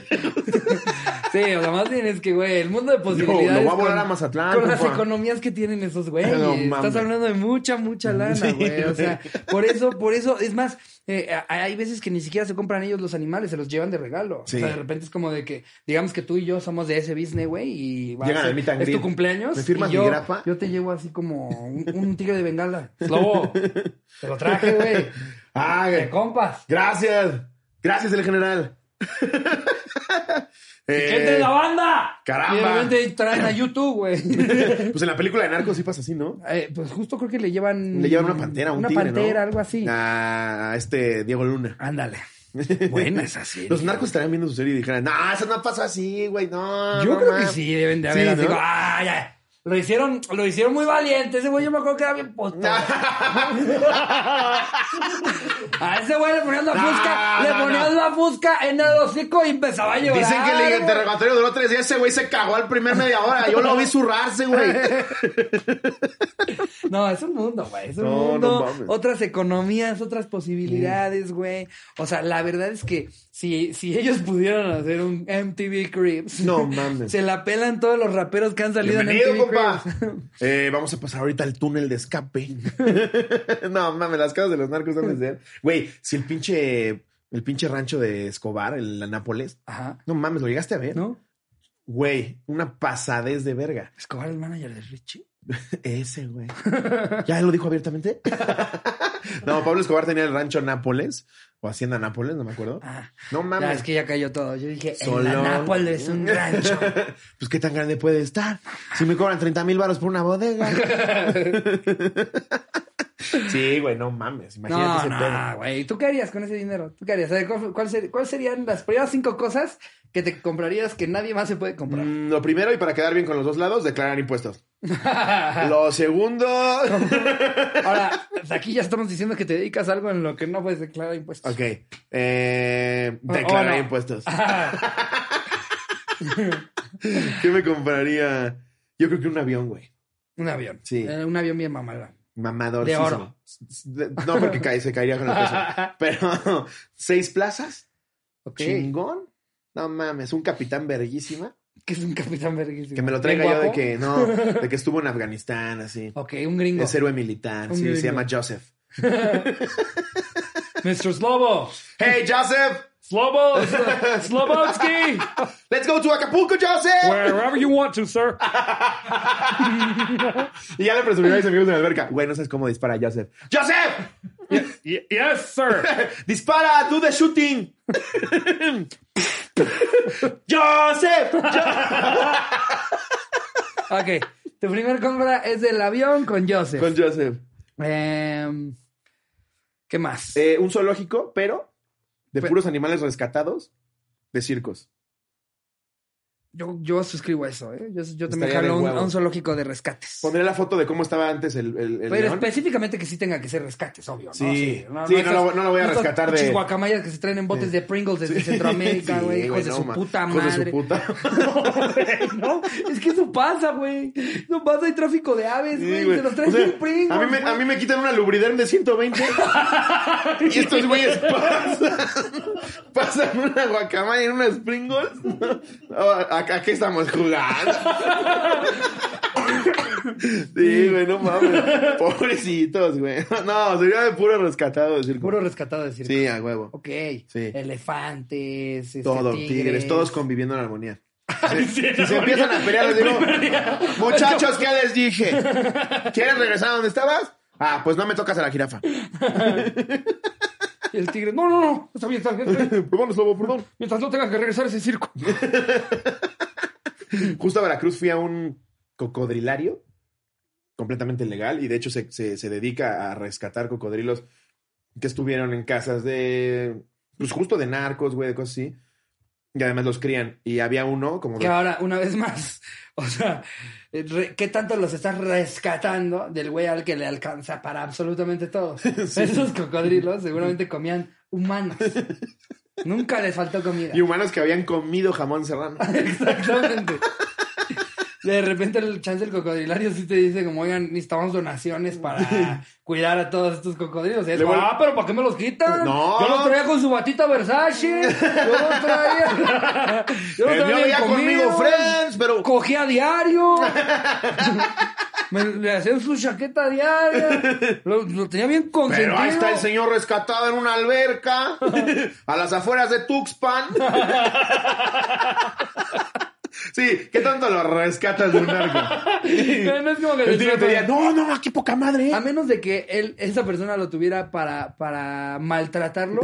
Speaker 1: Sí, o sea, más bien es que, güey, el mundo de posibilidades.
Speaker 2: lo voy a volar
Speaker 1: con-
Speaker 2: a Mazatlán,
Speaker 1: Con las
Speaker 2: compa.
Speaker 1: economías que tienen esos güeyes.
Speaker 2: No mames.
Speaker 1: Estás hablando de mucha, mucha lana,
Speaker 2: Sí,
Speaker 1: güey. o
Speaker 2: güey.
Speaker 1: sea, por eso, por eso, es más, eh, a- hay veces que ni siquiera se compran ellos los animales, se los llevan de regalo.
Speaker 2: Sí.
Speaker 1: O sea, de repente es como de que, digamos que tú y yo somos de ese business, güey, y va a
Speaker 2: Llegan
Speaker 1: ser-
Speaker 2: al meet and
Speaker 1: es tu
Speaker 2: greet.
Speaker 1: cumpleaños.
Speaker 2: ¿Me firmas
Speaker 1: y
Speaker 2: mi
Speaker 1: yo,
Speaker 2: grapa?
Speaker 1: Yo te llevo así como un, un tigre de bengala. Lobo, te lo traje, güey.
Speaker 2: Ah,
Speaker 1: De compas.
Speaker 2: gracias. Gracias, el general.
Speaker 1: ¡Gente de
Speaker 2: Eh,
Speaker 1: la banda!
Speaker 2: caramba.
Speaker 1: Y de repente traen a YouTube, güey.
Speaker 2: pues en la película de narcos sí pasa así, ¿no?
Speaker 1: Eh, pues justo creo que le llevan.
Speaker 2: Le llevan una pantera, un
Speaker 1: Una
Speaker 2: tigre, ¿no?
Speaker 1: pantera, algo así.
Speaker 2: A este Diego Luna.
Speaker 1: Ándale. Buena esa serie.
Speaker 2: Los narcos estarían viendo su serie y dijeran, no, eso no pasó así, güey, no.
Speaker 1: Yo
Speaker 2: no,
Speaker 1: creo que
Speaker 2: mames".
Speaker 1: sí, deben de haber.
Speaker 2: Sí,
Speaker 1: así
Speaker 2: ¿no?
Speaker 1: como, "Ah, ya". Lo hicieron, lo hicieron muy valiente. Ese güey yo me acuerdo que era bien postado. A ese güey le ponían la
Speaker 2: No,
Speaker 1: fusca,
Speaker 2: no,
Speaker 1: le ponían la fusca en el hocico y empezaba a llorar.
Speaker 2: Dicen que el
Speaker 1: güey.
Speaker 2: interrogatorio duró tres días. Ese güey se cagó al primer media hora. Yo lo vi zurrarse, güey.
Speaker 1: No, es un mundo, güey. Es un
Speaker 2: No,
Speaker 1: mundo.
Speaker 2: no mames.
Speaker 1: otras economías, otras posibilidades, güey. O sea, la verdad es que si, si ellos pudieran hacer un MTV Cribs,
Speaker 2: No mames.
Speaker 1: se la pelan todos los raperos que han salido en
Speaker 2: Bienvenido,
Speaker 1: MTV
Speaker 2: compa.
Speaker 1: Cribs.
Speaker 2: Eh, vamos a pasar ahorita al túnel de escape. no, mames, las casas de los narcos son de ser. Güey, si el pinche, el pinche rancho de Escobar, el Nápoles,
Speaker 1: Ajá.
Speaker 2: no mames, lo llegaste a ver.
Speaker 1: ¿No?
Speaker 2: Güey, una pasadez de verga.
Speaker 1: Escobar, el manager de Richie.
Speaker 2: Ese, güey. ¿Ya lo dijo abiertamente? no, Pablo Escobar tenía el rancho Nápoles o Hacienda Nápoles, no me acuerdo.
Speaker 1: Ah.
Speaker 2: No mames.
Speaker 1: Ya, es que ya cayó todo. Yo dije,
Speaker 2: Solo.
Speaker 1: en la Nápoles es un rancho.
Speaker 2: pues qué tan grande puede estar. Si me cobran 30 mil baros por una bodega. sí, güey, no mames. Imagínate
Speaker 1: No,
Speaker 2: ese
Speaker 1: no,
Speaker 2: pedo.
Speaker 1: güey. ¿Tú qué harías con ese dinero? ¿Tú qué harías? ¿Cuáles cuál, ser- cuál serían las primeras cinco cosas que te comprarías que nadie más se puede comprar?
Speaker 2: Mm, Lo primero, y para quedar bien con los dos lados, declarar impuestos. Lo segundo.
Speaker 1: Ahora, aquí ya estamos diciendo que te dedicas a algo en lo que no puedes declarar impuestos.
Speaker 2: ok. eh,
Speaker 1: O-
Speaker 2: declarar
Speaker 1: o no.
Speaker 2: impuestos.
Speaker 1: Ah,
Speaker 2: ¿Qué me compraría? Yo creo que un avión, güey.
Speaker 1: un avión.
Speaker 2: Sí.
Speaker 1: Eh, un avión bien mamada.
Speaker 2: Mamador.
Speaker 1: De
Speaker 2: sí,
Speaker 1: oro.
Speaker 2: sí. De- No, porque cae, se caería con el peso. Pero seis plazas.
Speaker 1: Ok.
Speaker 2: Chingón. No mames. Un capitán verguísima.
Speaker 1: Que es un capitán verguísimo.
Speaker 2: Que me lo traiga
Speaker 1: ¿Bien
Speaker 2: yo de
Speaker 1: guapo?
Speaker 2: que no, de que estuvo en Afganistán, así.
Speaker 1: Ok, un gringo.
Speaker 2: Es héroe militar,
Speaker 1: Un
Speaker 2: sí, se
Speaker 1: gringo.
Speaker 2: llama Joseph.
Speaker 1: Mr. Slobo.
Speaker 2: Hey Joseph,
Speaker 1: Slobo. Slobowski.
Speaker 2: let's go to Acapulco, Joseph.
Speaker 1: Wherever you want to, sir.
Speaker 2: Y ya le presumió a mis amigos en la alberca. Güey, no sabes cómo dispara Joseph. Joseph,
Speaker 1: yes, sir.
Speaker 2: dispara, do the shooting. Joseph,
Speaker 1: Ok. Tu primer compra es del avión con Joseph.
Speaker 2: con Joseph.
Speaker 1: Em, ¿Qué más?
Speaker 2: Eh, un zoológico, pero de
Speaker 1: Pe-
Speaker 2: puros animales rescatados de circos.
Speaker 1: Yo, yo suscribo eso, ¿eh? Yo, yo también
Speaker 2: Estaría de
Speaker 1: jalo un,
Speaker 2: huevo.
Speaker 1: a un zoológico de rescates.
Speaker 2: Pondré la foto de cómo estaba antes el, el, el
Speaker 1: Pero
Speaker 2: león.
Speaker 1: específicamente que sí tenga que ser rescates, obvio. ¿no?
Speaker 2: Sí. Sí, no lo- no lo voy a
Speaker 1: esas
Speaker 2: rescatar de-
Speaker 1: pinches guacamayas que se traen en botes de Pringles desde Centroamérica,
Speaker 2: Sí,
Speaker 1: güey. hijos de
Speaker 2: no,
Speaker 1: su
Speaker 2: ma-
Speaker 1: puta
Speaker 2: hijos de su
Speaker 1: madre.
Speaker 2: puta.
Speaker 1: no, es que eso pasa, güey. Eso pasa, hay tráfico de aves,
Speaker 2: Sí,
Speaker 1: güey.
Speaker 2: güey.
Speaker 1: se los traen
Speaker 2: O sea,
Speaker 1: en Pringles.
Speaker 2: a, mí me, a mí me quitan una lubriderm de 120 y estos güeyes pasan, pasan una guacamaya en unas Pringles. ¿A, a- a qué estamos jugando? Sí, güey, no mames. Pobrecitos, güey. No, sería de puro rescatado decir.
Speaker 1: Puro rescatado decir.
Speaker 2: Sí, a huevo.
Speaker 1: Ok.
Speaker 2: Sí.
Speaker 1: Elefantes. este,
Speaker 2: Todo, tigres. todos conviviendo en armonía.
Speaker 1: Ay, sí,
Speaker 2: Si se empiezan a pelear, les digo, muchachos, ¿qué les dije? ¿Quieres regresar a donde estabas? Ah, pues no me tocas a la jirafa.
Speaker 1: Y el tigre, no, no, no, está bien, está bien, está bien.
Speaker 2: Perdón, Slobo, perdón.
Speaker 1: Mientras no tengas que regresar a ese circo.
Speaker 2: Justo a Veracruz fui a un cocodrilario completamente legal y de hecho se, se- se dedica a rescatar cocodrilos que estuvieron en casas de, pues justo de narcos, güey, de cosas así. Y además los crían. Y había uno como...
Speaker 1: Que ahora, una vez más, o sea, re- ¿qué tanto los estás rescatando del güey al que le alcanza para absolutamente todo? Esos cocodrilos seguramente comían humanos. Nunca les faltó comida.
Speaker 2: Y humanos que habían comido jamón serrano.
Speaker 1: Exactamente. De repente el chance del cocodrilario sí te dice como, oigan, necesitamos donaciones para cuidar a todos estos cocodrilos. Y es
Speaker 2: Le
Speaker 1: como,
Speaker 2: vuel-
Speaker 1: ah, pero ¿para qué me los quitan?
Speaker 2: No.
Speaker 1: Yo los traía con su batita Versace. Yo los traía. Yo los
Speaker 2: El mío
Speaker 1: traía bien
Speaker 2: ya conmigo,
Speaker 1: comidos.
Speaker 2: friends, pero...
Speaker 1: Cogía a diario. Me, le hacían su chaqueta diaria. Lo, lo tenía bien consentido.
Speaker 2: Pero ahí está el señor rescatado en una alberca a las afueras de Tuxpan. Sí, ¿qué tanto lo rescatas de un narco?
Speaker 1: Eh, No es como que
Speaker 2: El
Speaker 1: le
Speaker 2: tío te
Speaker 1: tratan-
Speaker 2: diría, no, no, qué poca madre.
Speaker 1: A menos de que él, esa persona lo tuviera para, para maltratarlo.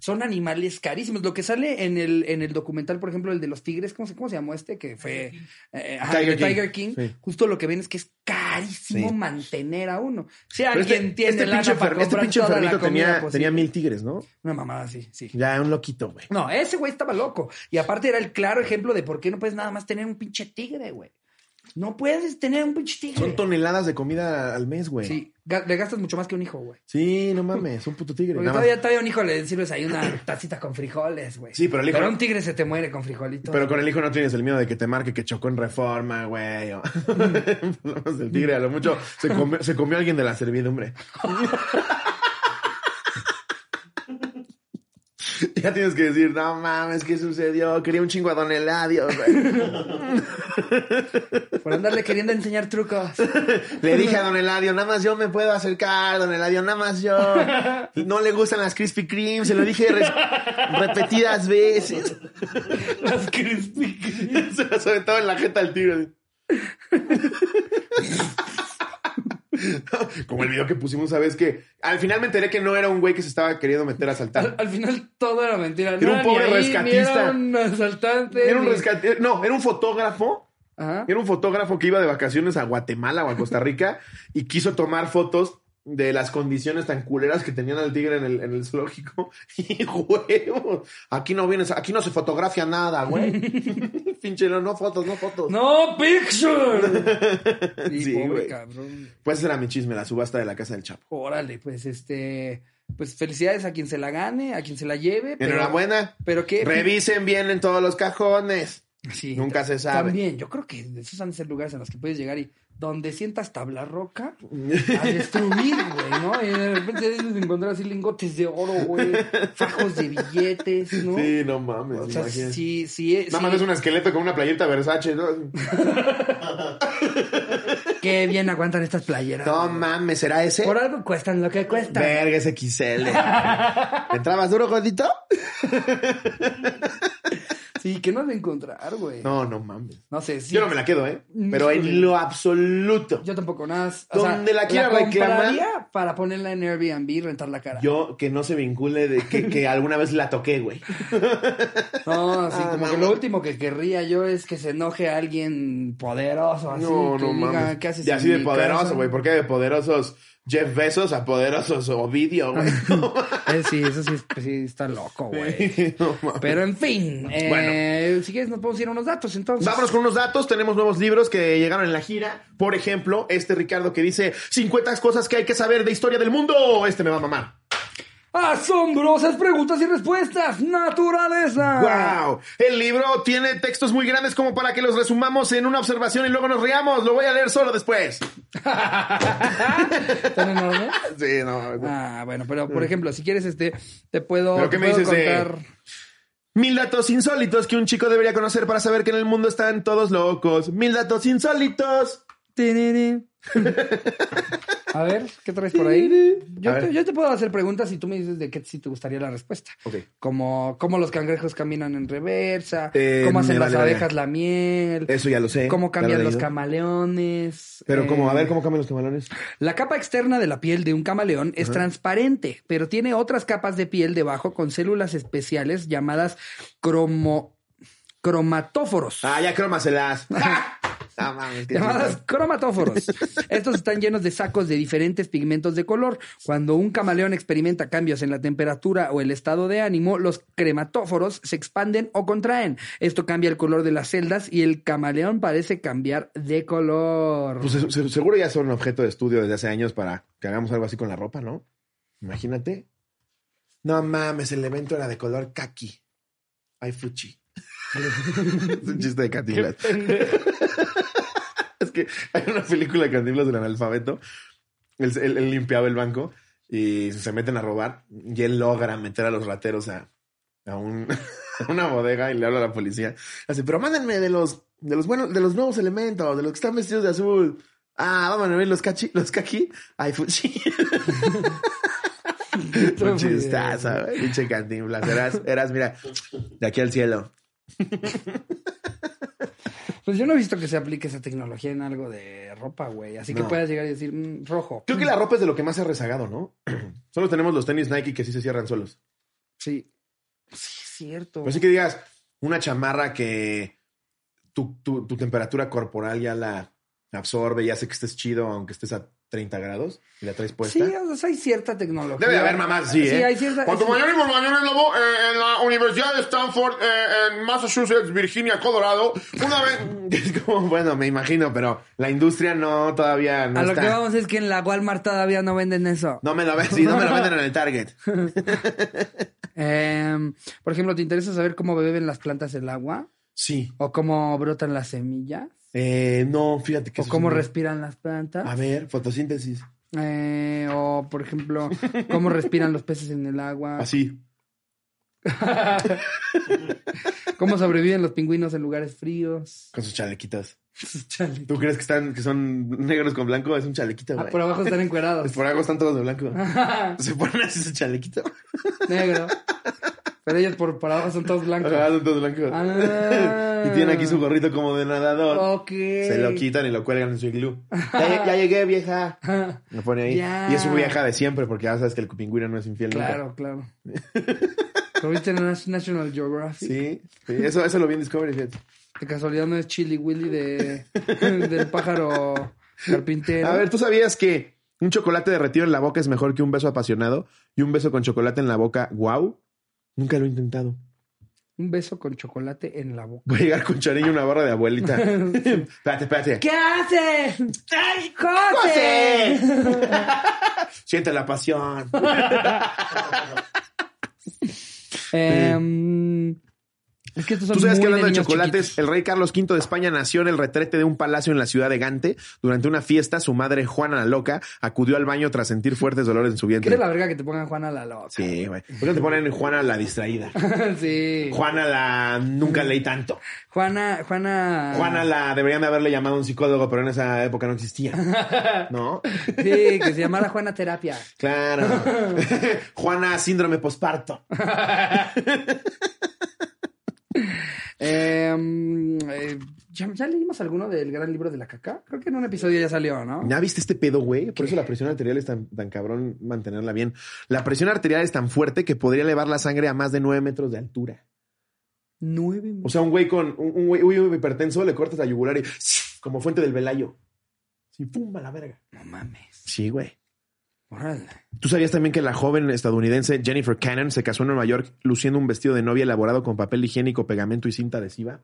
Speaker 1: Son animales carísimos. Lo que sale en el, en el documental, por ejemplo, el de los tigres, ¿cómo se, cómo se llamó este? Que fue eh, ajá,
Speaker 2: Tiger
Speaker 1: el de
Speaker 2: King.
Speaker 1: Tiger King.
Speaker 2: Sí.
Speaker 1: Justo lo que ven es que es carísimo
Speaker 2: Sí.
Speaker 1: mantener a uno. Si
Speaker 2: Pero
Speaker 1: alguien tiene lana
Speaker 2: pinche
Speaker 1: para
Speaker 2: enfer- este
Speaker 1: comprar
Speaker 2: pinche
Speaker 1: toda la
Speaker 2: enfermito
Speaker 1: comida
Speaker 2: tenía,
Speaker 1: posible.
Speaker 2: tenía mil tigres, ¿no?
Speaker 1: Una mamada, sí, sí.
Speaker 2: Ya, un loquito, güey.
Speaker 1: No, ese güey estaba loco. Y aparte era el claro ejemplo de por qué no puedes nada más tener un pinche tigre, güey. No puedes tener un pinche tigre.
Speaker 2: Son toneladas de comida al mes, güey. Sí.
Speaker 1: Sí, ga- le gastas mucho más que un hijo, güey.
Speaker 2: no mames, un puto tigre.
Speaker 1: Porque
Speaker 2: Nada más.
Speaker 1: todavía, todavía a un hijo le sirves ahí una tacita con frijoles, güey.
Speaker 2: Sí, pero el hijo-
Speaker 1: un tigre se te muere con frijolitos.
Speaker 2: Pero con el hijo no tienes el miedo de que te marque que chocó en reforma, güey. o- Problemas del tigre, a lo mucho se comió, se comió alguien de la servidumbre. ya tienes que decir, no mames, ¿qué sucedió? Quería un chingo a Don Eladio, güey.
Speaker 1: Por andarle queriendo enseñar trucos.
Speaker 2: Le dije a Don Eladio, nada más yo me puedo acercar, Don Eladio, nada más yo. No le gustan las Krispy Kreme, se lo dije res- repetidas veces.
Speaker 1: Las crispy.
Speaker 2: Se las aventaba en la jeta al tigre. así. Como el video que pusimos, ¿sabes que Al final me enteré que no era un güey que se estaba queriendo meter a
Speaker 1: Al,
Speaker 2: saltar.
Speaker 1: al final todo era mentira. No
Speaker 2: Era un
Speaker 1: ni
Speaker 2: pobre
Speaker 1: ahí, ni
Speaker 2: rescatista.
Speaker 1: era un asaltante.
Speaker 2: Era un
Speaker 1: ni-
Speaker 2: rescate. No, era un fotógrafo.
Speaker 1: Ajá.
Speaker 2: Era un fotógrafo que iba de vacaciones a Guatemala o a Costa Rica y quiso tomar fotos de las condiciones tan culeras que tenían al tigre en el, en el zoológico. Y huevo, aquí no vienes, aquí no se fotografía nada, güey. Pinche, no, no fotos, no fotos.
Speaker 1: ¡No, picture! Y
Speaker 2: Sí,
Speaker 1: pobre
Speaker 2: güey.
Speaker 1: cabrón.
Speaker 2: Pues ese era mi chisme, la subasta de la casa del Chapo.
Speaker 1: Órale, pues este. Pues felicidades a quien se la gane, a quien se la lleve. Pero,
Speaker 2: Enhorabuena.
Speaker 1: Pero qué.
Speaker 2: Revisen bien en todos los cajones.
Speaker 1: Sí,
Speaker 2: Nunca
Speaker 1: ta-
Speaker 2: se sabe.
Speaker 1: También, yo creo que esos han de ser lugares en los que puedes llegar y donde sientas tabla roca a destruir, güey, ¿no? Y de repente dices encontrar así lingotes de oro, güey, fajos de billetes, ¿no?
Speaker 2: Sí, no mames.
Speaker 1: o sea,
Speaker 2: imagínate.
Speaker 1: sí, sí, eh,
Speaker 2: Nada
Speaker 1: sí,
Speaker 2: más es un esqueleto con una playeta Versace. ¿no?
Speaker 1: qué bien aguantan estas playeras.
Speaker 2: No ¿eh?
Speaker 1: güey.
Speaker 2: mames, ¿será ese?
Speaker 1: Por algo cuestan lo que cuestan.
Speaker 2: Verga, ese XL. ¿Entrabas duro, gordito?
Speaker 1: Sí, que no has de encontrar, güey. No,
Speaker 2: No, no mames.
Speaker 1: sé, sí.
Speaker 2: Yo no me la quedo, ¿eh? Pero
Speaker 1: Híjole.
Speaker 2: en lo absoluto.
Speaker 1: Yo tampoco, nada. más,
Speaker 2: Donde la quiera
Speaker 1: compraría
Speaker 2: reclamar.
Speaker 1: Para ponerla en Airbnb y rentar la cara.
Speaker 2: Yo que no se vincule de que, que alguna vez la toqué, güey.
Speaker 1: No, sí,
Speaker 2: Ah,
Speaker 1: como que
Speaker 2: mames.
Speaker 1: lo último que querría yo es que se enoje a alguien poderoso, así, que diga, ¿qué haces
Speaker 2: Y
Speaker 1: en
Speaker 2: así de
Speaker 1: mi
Speaker 2: poderoso,
Speaker 1: casa?"
Speaker 2: güey. ¿Por qué de poderosos Jeff Bezos a poderosos Ovidio, güey?
Speaker 1: Eh, sí, eso sí, es- sí está loco, güey.
Speaker 2: No mames.
Speaker 1: Pero en fin, eh, si quieres nos podemos ir a unos datos entonces.
Speaker 2: Vámonos con unos datos. Tenemos nuevos libros que llegaron en la gira. Por ejemplo, este Ricardo que dice 50 cosas que hay que saber de historia del mundo. Este me va a mamar.
Speaker 1: ¡Asombrosas preguntas y respuestas! ¡Naturaleza!
Speaker 2: ¡Wow! El libro tiene textos muy grandes como para que los resumamos en una observación y luego nos riamos. Lo voy a leer solo después.
Speaker 1: ¿Ah? ¿Tan enorme?
Speaker 2: Sí, no. no.
Speaker 1: Ah, bueno, pero por ejemplo, si quieres, este, te puedo,
Speaker 2: ¿Pero
Speaker 1: te
Speaker 2: qué me
Speaker 1: puedo
Speaker 2: dices de-
Speaker 1: contar.
Speaker 2: Mil datos insólitos que un chico debería conocer para saber que en el mundo están todos locos. Mil datos insólitos.
Speaker 1: Tiriri. A ver, ¿qué traes por ahí?
Speaker 2: Tiriri.
Speaker 1: Yo
Speaker 2: A
Speaker 1: te,
Speaker 2: ver.
Speaker 1: yo te puedo hacer preguntas y tú me dices de qué si te gustaría la respuesta.
Speaker 2: Ok.
Speaker 1: Como cómo los cangrejos caminan en reversa,
Speaker 2: Eh,
Speaker 1: cómo
Speaker 2: me
Speaker 1: hacen las
Speaker 2: vale verga.
Speaker 1: abejas la miel,
Speaker 2: Eso ya lo sé.
Speaker 1: cómo
Speaker 2: Ya
Speaker 1: cambian
Speaker 2: lo he
Speaker 1: los
Speaker 2: leído.
Speaker 1: camaleones.
Speaker 2: Pero
Speaker 1: eh,
Speaker 2: como, a ver, ¿cómo cambian los camalones?
Speaker 1: La capa externa de la piel de un camaleón es transparente, pero tiene otras capas de piel debajo con células especiales llamadas cromo- cromatóforos.
Speaker 2: Ah, ya cromaselas. No mames, qué
Speaker 1: llamadas cromatóforos. Estos están llenos de sacos de diferentes pigmentos de color. Cuando un camaleón experimenta cambios en la temperatura o el estado de ánimo, los crematóforos se expanden o contraen. Esto cambia el color de las celdas y el camaleón parece cambiar de color.
Speaker 2: Pues se- se- seguro ya son objeto de estudio desde hace años para que hagamos algo así con la ropa, ¿no? Imagínate. No mames, el evento era de color kaki. Ay, fuchi. es un chiste de Cantinflas. es que hay una película de Cantinflas del analfabeto. Él, él- él limpiaba el banco y se meten a robar y él logra meter a los rateros a, a un- a una bodega y le habla a la policía. Así, pero mándenme de los, de los buenos, de los nuevos elementos, de los que están vestidos de azul. Ah, vamos a ver los cachi, los caqui. Ay, fuchi. Un chistazo, güey. pinche cantinflas. Eras, eras, mira, de aquí al cielo.
Speaker 1: Pues yo no he visto que se aplique esa tecnología en algo de ropa, güey. Así que
Speaker 2: No.
Speaker 1: puedas llegar y decir, "Mm, rojo.
Speaker 2: Creo que la ropa es de lo que más se ha rezagado, ¿no? Solo tenemos los tenis Nike que sí se cierran solos.
Speaker 1: Sí. Sí, es cierto.
Speaker 2: Pero Pues sí que digas, una chamarra que tu, tu- tu temperatura corporal ya la absorbe, ya sé que estés chido, aunque estés a 30 grados y la traes
Speaker 1: Sí,
Speaker 2: puesta.
Speaker 1: o sea, hay cierta tecnología.
Speaker 2: pues Debe de haber mamás, sí,
Speaker 1: Sí,
Speaker 2: ¿eh?
Speaker 1: hay cierta.
Speaker 4: Cuanto
Speaker 1: sí.
Speaker 4: mayor información en Lobo, eh, en la Universidad de Stanford, eh, en Massachusetts, Virginia, Colorado, una vez...
Speaker 2: Es como, bueno, me imagino, pero la industria no, todavía no
Speaker 1: A lo
Speaker 2: está.
Speaker 1: que vamos es que en la Walmart todavía no venden eso.
Speaker 2: No me lo ven, sí, no me lo venden en el Target.
Speaker 1: Em, por ejemplo, ¿te interesa saber cómo beben las plantas el agua?
Speaker 2: Sí.
Speaker 1: ¿O cómo brotan las semillas?
Speaker 2: Eh, no, fíjate que...
Speaker 1: ¿O
Speaker 2: eso Ah.
Speaker 1: cómo
Speaker 2: sí me-
Speaker 1: respiran las
Speaker 2: A
Speaker 1: plantas?
Speaker 2: ver, fotosíntesis.
Speaker 1: Eh, ¿O, por ejemplo, cómo respiran los peces en el agua?
Speaker 2: Así. Ah,
Speaker 1: ¿Cómo sobreviven los pingüinos en lugares fríos?
Speaker 2: Con sus chalequitas.
Speaker 1: Chale.
Speaker 2: ¿Tú crees que están, que son negros con blanco? Es un chalequito,
Speaker 1: Ah,
Speaker 2: güey.
Speaker 1: por abajo están
Speaker 2: Pues
Speaker 1: encuerados.
Speaker 2: por algo están todos de blanco. Se ponen así su chalequito.
Speaker 1: Negro. Pero ellos por, por abajo son todos blancos.
Speaker 2: Ajá, Ah, son todos blancos.
Speaker 1: Ah.
Speaker 2: y tienen aquí su gorrito como de nadador.
Speaker 1: Ok.
Speaker 2: Se lo quitan y lo cuelgan en su iglú. Ya, lle- ya llegué, vieja. Lo pone ahí.
Speaker 1: Ya.
Speaker 2: Y es su vieja de siempre, porque ya sabes que el pingüino no es infiel nunca.
Speaker 1: Claro, claro. ¿Lo viste en Nas- National Geographic?
Speaker 2: Sí, sí, eso, eso lo vi en Discovery, fíjate.
Speaker 1: De casualidad no es Chili Willy de, del pájaro carpintero.
Speaker 2: A ver, ¿tú sabías que un chocolate derretido en la boca es mejor que un beso apasionado? Y un beso con chocolate en la boca, wow. Nunca lo he intentado.
Speaker 1: Un beso con chocolate en la boca.
Speaker 2: Voy a llegar con chariño una barra de abuelita. espérate, espérate.
Speaker 1: ¿Qué haces? ¡Ay, José!
Speaker 2: Siente la pasión.
Speaker 1: Em, es que estos son
Speaker 2: Tú sabes
Speaker 1: muy
Speaker 2: que hablando de,
Speaker 1: niños
Speaker 2: chocolates,
Speaker 1: chiquitos.
Speaker 2: el rey Carlos V de España nació en el retrete de un palacio en la ciudad de Gante. Durante una fiesta, su madre, Juana la Loca, acudió al baño tras sentir fuertes dolores en su
Speaker 1: ¿Qué de
Speaker 2: vientre.
Speaker 1: la verga que te pongan Juana la loca?
Speaker 2: Sí, güey. ¿Por qué no te ponen Juana la distraída?
Speaker 1: sí.
Speaker 2: Juana la nunca leí tanto.
Speaker 1: Juana, Juana.
Speaker 2: Juana la deberían de haberle llamado a un psicólogo, pero en esa época no existía. ¿No?
Speaker 1: Sí, que se llamara Juana Terapia.
Speaker 2: Claro. Juana síndrome posparto.
Speaker 1: Em, eh, ¿ya, ya leímos alguno del gran libro de la caca? Creo que en un episodio ya salió, ¿no?
Speaker 2: ¿Ya viste este pedo, güey? Por eso la presión arterial es tan, tan cabrón mantenerla bien. La presión arterial es tan fuerte que podría elevar la sangre a más de 9 metros de altura.
Speaker 1: Nueve meses.
Speaker 2: O sea, un güey con un, un güey uy, uy, hipertenso le cortas la yugular y como fuente del velayo. Sí, pumba la verga.
Speaker 1: No mames.
Speaker 2: Sí, güey.
Speaker 1: Órale.
Speaker 2: ¿Tú sabías también que la joven estadounidense Jennifer Cannon se casó en Nueva York luciendo un vestido de novia elaborado con papel higiénico, pegamento y cinta adhesiva?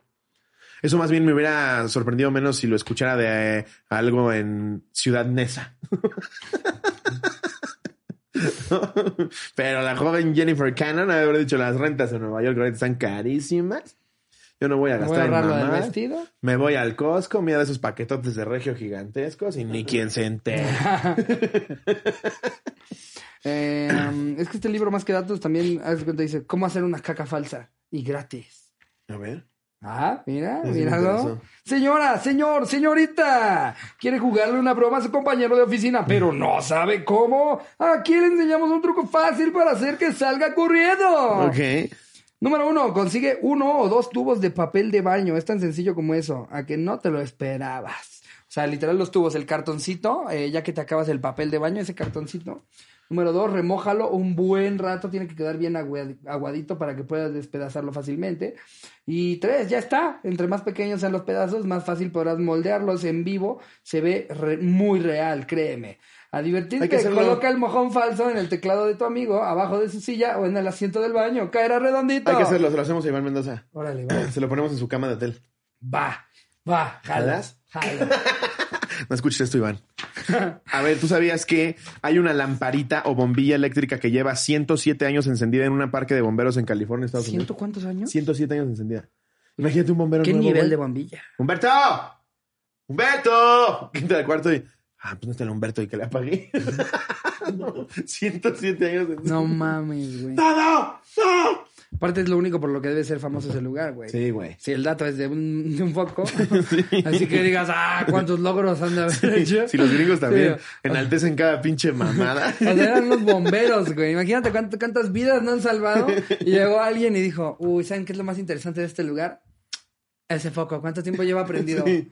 Speaker 2: Eso más bien me hubiera sorprendido menos si lo escuchara de eh, algo en Ciudad Nesa. Pero la joven Jennifer Cannon ha de haber dicho las rentas en Nueva York ahorita están carísimas. Yo no voy a
Speaker 1: Me Voy
Speaker 2: gastar
Speaker 1: a
Speaker 2: en
Speaker 1: ahorrar lo del
Speaker 2: mamadas.
Speaker 1: vestido.
Speaker 2: Me voy al Costco, mira de esos paquetotes de regio gigantescos y ni quien se entera.
Speaker 1: Eh, es que este libro, más que datos, también haz de cuenta, dice cómo hacer una caca falsa y gratis.
Speaker 2: A ver.
Speaker 1: Ah, mira,
Speaker 2: Sí, me
Speaker 1: míralo.
Speaker 2: interesó.
Speaker 1: Señora, señor, señorita, quiere jugarle una broma a su compañero de oficina,
Speaker 2: Mm.
Speaker 1: pero no sabe cómo. Aquí le enseñamos un truco fácil para hacer que salga corriendo.
Speaker 2: Ok.
Speaker 1: Número uno, consigue uno o dos tubos de papel de baño. Es tan sencillo como eso, a que no te lo esperabas. O sea, literal los tubos, el cartoncito, eh, ya que te acabas el papel de baño, ese cartoncito, Número dos, remójalo un buen rato, tiene que quedar bien agua- aguadito para que puedas despedazarlo fácilmente. Y tres, ya está. Entre más pequeños sean los pedazos, más fácil podrás moldearlos en vivo. Se ve re- muy real, créeme. A
Speaker 2: Hay que
Speaker 1: divertirte,
Speaker 2: hacerlo.
Speaker 1: coloca el mojón falso en el teclado de tu amigo, abajo de su silla o en el asiento del baño. Caerá redondito.
Speaker 2: Hay que hacerlo, se lo hacemos a Iván Mendoza.
Speaker 1: Órale, va.
Speaker 2: Se lo ponemos en su cama de hotel.
Speaker 1: Va, va, jalas. Jala.
Speaker 2: No escuches esto, Iván. A ver, ¿tú sabías que hay una lamparita o bombilla eléctrica que lleva 107 años encendida en un parque de bomberos en California, Estados
Speaker 1: ¿Ciento
Speaker 2: Unidos?
Speaker 1: cuántos años?
Speaker 2: 107 años encendida. Imagínate un bombero
Speaker 1: ¿Qué
Speaker 2: nuevo,
Speaker 1: nivel
Speaker 2: güey.
Speaker 1: de bombilla?
Speaker 2: ¡Humberto! ¡Humberto! Quinta del cuarto y... Ah, pues no está el Humberto y que le apagué. No, 107 años encendida.
Speaker 1: No mames, güey.
Speaker 2: ¡No, no! no!
Speaker 1: Aparte es lo único por lo que debe ser famoso ese lugar, güey.
Speaker 2: Sí, güey.
Speaker 1: Si el dato es de un, de un foco, así que digas, ah, cuántos logros han de haber hecho.
Speaker 2: Si los gringos también
Speaker 1: Sí.
Speaker 2: enaltecen cada pinche mamada.
Speaker 1: O sea, eran los bomberos, güey. Imagínate cuánto- cuántas vidas no han salvado. Y llegó alguien y dijo, uy, ¿saben qué es lo más interesante de este lugar? Ese foco, ¿cuánto tiempo lleva prendido?
Speaker 2: Sí.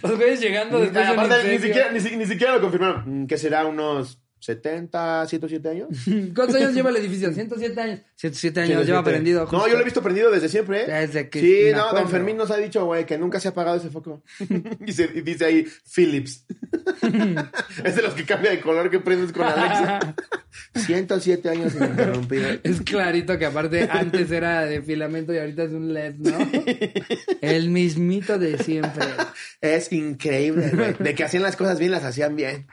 Speaker 1: los güeyes llegando después de un
Speaker 2: Aparte, ni
Speaker 1: incendio.
Speaker 2: siquiera, ni, si- ni siquiera lo confirmaron. Mm, Que será unos 70, 107 años.
Speaker 1: ¿Cuántos años lleva el edificio? 107 años. 107 años lleva
Speaker 2: 107.
Speaker 1: prendido.
Speaker 2: No,
Speaker 1: justo.
Speaker 2: yo lo he visto prendido desde siempre. ¿eh?
Speaker 1: Desde que
Speaker 2: sí,
Speaker 1: me
Speaker 2: no,
Speaker 1: acuerdo.
Speaker 2: Don Fermín nos ha dicho, güey, que nunca se ha apagado ese foco. y, se- y dice ahí, Philips. es de los que cambia de color que prendes con Alexa. 107 años ininterrumpidos.
Speaker 1: Es clarito que aparte antes era de filamento y ahorita es un LED, ¿no? El mismito de siempre.
Speaker 2: Es increíble, güey. De que hacían las cosas bien, las hacían bien.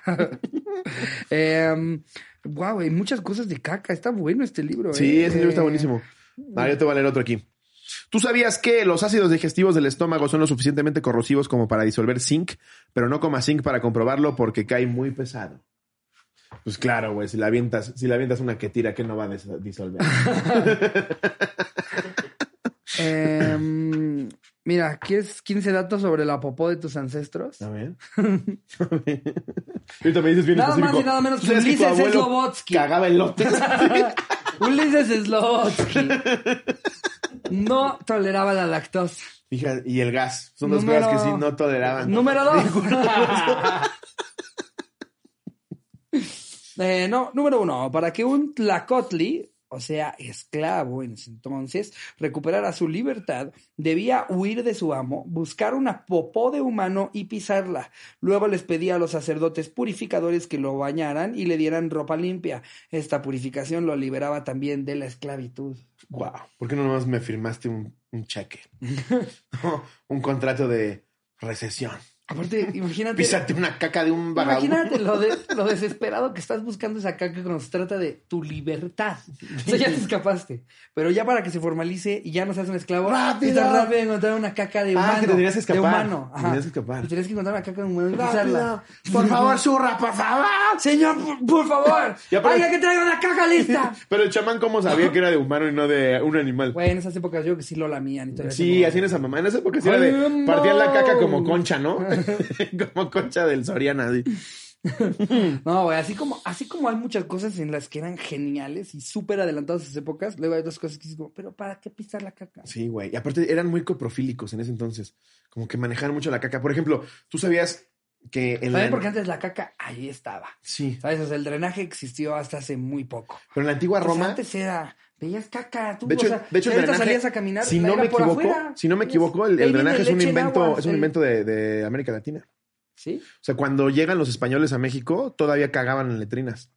Speaker 1: Eh, wow, hay muchas cosas de caca. Está bueno este libro.
Speaker 2: Sí,
Speaker 1: eh.
Speaker 2: ese libro está
Speaker 1: Eh,
Speaker 2: buenísimo. Ah, yo te voy a leer otro aquí. ¿Tú sabías que los ácidos digestivos del estómago son lo suficientemente corrosivos como para disolver zinc? Pero no coma zinc para comprobarlo porque cae muy pesado. Pues claro, güey, si la avientas, si la avientas una que tira, que no va a des- disolver.
Speaker 1: eh, mira, ¿quieres 15 datos sobre la popó de tus ancestros?
Speaker 2: A ver. Ahorita me dices bien
Speaker 1: Nada más
Speaker 2: específico.
Speaker 1: y nada menos
Speaker 2: ¿Tú
Speaker 1: que
Speaker 2: sabes tu
Speaker 1: Ulises
Speaker 2: abuelo
Speaker 1: Slovotsky?
Speaker 2: Cagaba elotes.
Speaker 1: Ulises Slotsky. No toleraba la lactosa.
Speaker 2: Fija- y el gas. Son dos
Speaker 1: Número-
Speaker 2: cosas que sí no toleraban.
Speaker 1: Número dos. Eh, no, número uno. Para que un Tlacotli, o sea, esclavo en ese entonces, recuperara su libertad, debía huir de su amo, buscar una popó de humano y pisarla. Luego les pedía a los sacerdotes purificadores que lo bañaran y le dieran ropa limpia. Esta purificación lo liberaba también de la esclavitud.
Speaker 2: Wow, ¿por qué no nomás me firmaste un, un cheque? No, un contrato de recesión.
Speaker 1: Aparte, imagínate.
Speaker 2: Písate una caca de un vagabundo.
Speaker 1: Imagínate lo, de- lo desesperado que estás buscando esa caca cuando se trata de tu libertad. O sea, ya te escapaste. Pero ya para que se formalice y ya no seas un esclavo,
Speaker 2: ¡Rápido!
Speaker 1: necesitas rápido encontrar una caca de
Speaker 2: Ah,
Speaker 1: humano.
Speaker 2: que te tenías que
Speaker 1: De
Speaker 2: escapar.
Speaker 1: humano.
Speaker 2: Te tenías que escapar.
Speaker 1: Y tenías que encontrar una caca de humano y pisarla.
Speaker 2: Rápido. Por favor, zurra, por favor.
Speaker 1: Señor, por, por favor,
Speaker 2: Y aparte-
Speaker 1: oiga que traiga una caca lista.
Speaker 2: Pero el chamán, ¿cómo sabía que era de humano y no de un animal?
Speaker 1: Güey, en esas épocas yo que sí lo lamían y todavía
Speaker 2: Sí,
Speaker 1: se-
Speaker 2: así en esa mamá. En esa época sí era de.
Speaker 1: ¡Ay,
Speaker 2: Partían la caca como
Speaker 1: no!
Speaker 2: concha, ¿no? como concha del Soriana. así.
Speaker 1: No, güey, así como, así como hay muchas cosas en las que eran geniales y súper adelantadas a sus épocas, luego hay otras cosas que dices como, pero ¿para qué pisar la caca?
Speaker 2: Sí, güey. Y aparte eran muy coprofílicos en ese entonces. Como que manejaban mucho la caca. Por ejemplo, tú sabías que en
Speaker 1: ¿Saben
Speaker 2: la.
Speaker 1: por qué antes la caca ahí estaba?
Speaker 2: Sí.
Speaker 1: ¿Sabes? O sea, el drenaje existió hasta hace muy poco.
Speaker 2: Pero en la antigua
Speaker 1: Pues
Speaker 2: Roma.
Speaker 1: antes era, veías caca, tú,
Speaker 2: De hecho,
Speaker 1: o sea,
Speaker 2: de hecho, el
Speaker 1: ahorita
Speaker 2: drenaje,
Speaker 1: salías a caminar,
Speaker 2: si
Speaker 1: la
Speaker 2: no
Speaker 1: era
Speaker 2: me
Speaker 1: por
Speaker 2: equivoco,
Speaker 1: afuera.
Speaker 2: si no me
Speaker 1: Veías,
Speaker 2: equivoco, el, el
Speaker 1: ahí viene
Speaker 2: drenaje es un
Speaker 1: leche en
Speaker 2: invento,
Speaker 1: agua,
Speaker 2: es un
Speaker 1: sí.
Speaker 2: invento de, de América Latina.
Speaker 1: ¿Sí?
Speaker 2: O sea, cuando llegan los españoles a México, todavía cagaban en letrinas.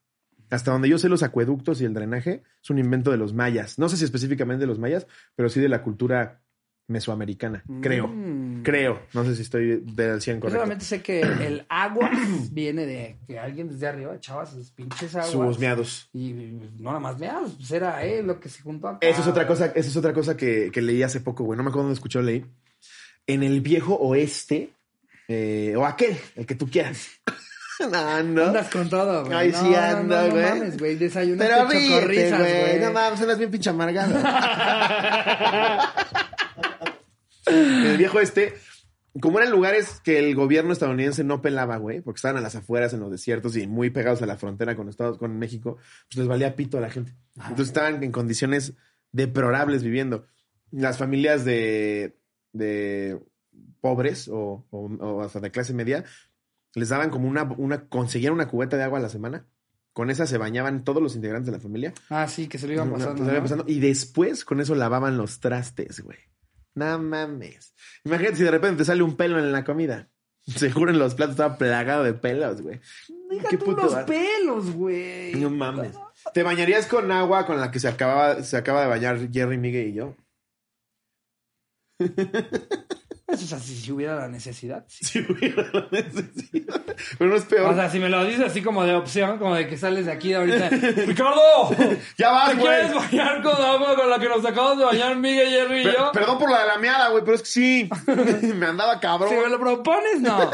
Speaker 2: Hasta donde yo sé, los acueductos y el drenaje es un invento de los mayas. No sé si específicamente de los mayas, pero sí de la cultura mesoamericana. Creo,
Speaker 1: Mm.
Speaker 2: creo. No sé si estoy del 100
Speaker 1: Yo
Speaker 2: correcto.
Speaker 1: solamente sé que el agua viene de que alguien desde arriba echaba sus pinches aguas.
Speaker 2: Sus meados.
Speaker 1: Y no nada más meados, pues era eh, lo que se juntó acá.
Speaker 2: Eso es otra cosa, eso es otra cosa que, que leí hace poco, güey. No me acuerdo dónde escuché o leí. En el viejo oeste, eh, o aquel, el que tú quieras. no, no.
Speaker 1: Andas con todo, güey.
Speaker 2: Ay,
Speaker 1: No,
Speaker 2: sí
Speaker 1: no,
Speaker 2: ando,
Speaker 1: no, no
Speaker 2: güey.
Speaker 1: mames, güey. Desayunaste
Speaker 2: Pero ríete,
Speaker 1: chocorrizas,
Speaker 2: güey.
Speaker 1: güey.
Speaker 2: No mames, suenas bien pinche amargada. el viejo este, como eran lugares que el gobierno estadounidense no pelaba, güey, porque estaban a las afueras, en los desiertos y muy pegados a la frontera con Estados con México, pues les valía pito a la gente.
Speaker 1: Ah,
Speaker 2: Entonces estaban en condiciones deplorables viviendo. Las familias de, de pobres o, o- o hasta de clase media les daban como una, una, conseguían una cubeta de agua a la semana Con esa se bañaban todos los integrantes de la familia.
Speaker 1: Ah, sí, que se lo iban
Speaker 2: No,
Speaker 1: pasando.
Speaker 2: se
Speaker 1: ¿no?
Speaker 2: iban pasando. Y después con eso lavaban los trastes, güey. No mames. Imagínate si de repente te sale un pelo en la comida. Seguro en los platos estaba plagado de pelos, güey.
Speaker 1: Deja
Speaker 2: Qué
Speaker 1: tú
Speaker 2: puto
Speaker 1: los
Speaker 2: bar-
Speaker 1: pelos, güey.
Speaker 2: No mames. ¿Te bañarías con agua con la que se acaba, se acaba de bañar Jerry, Miguel y yo?
Speaker 1: Eso es así, si hubiera la necesidad. sí.
Speaker 2: Si hubiera la necesidad. Pero no es peor.
Speaker 1: O sea, si me lo dices así como de opción, como de que sales de aquí de ahorita. ¡Ricardo!
Speaker 2: ya vas,
Speaker 1: ¿Te
Speaker 2: güey.
Speaker 1: quieres bañar con agua con la que nos acabamos de bañar Miguel, Jerry y
Speaker 2: Per-
Speaker 1: yo?
Speaker 2: perdón por la de la meada, güey, pero es que sí. me andaba cabrón.
Speaker 1: Si me lo propones, no.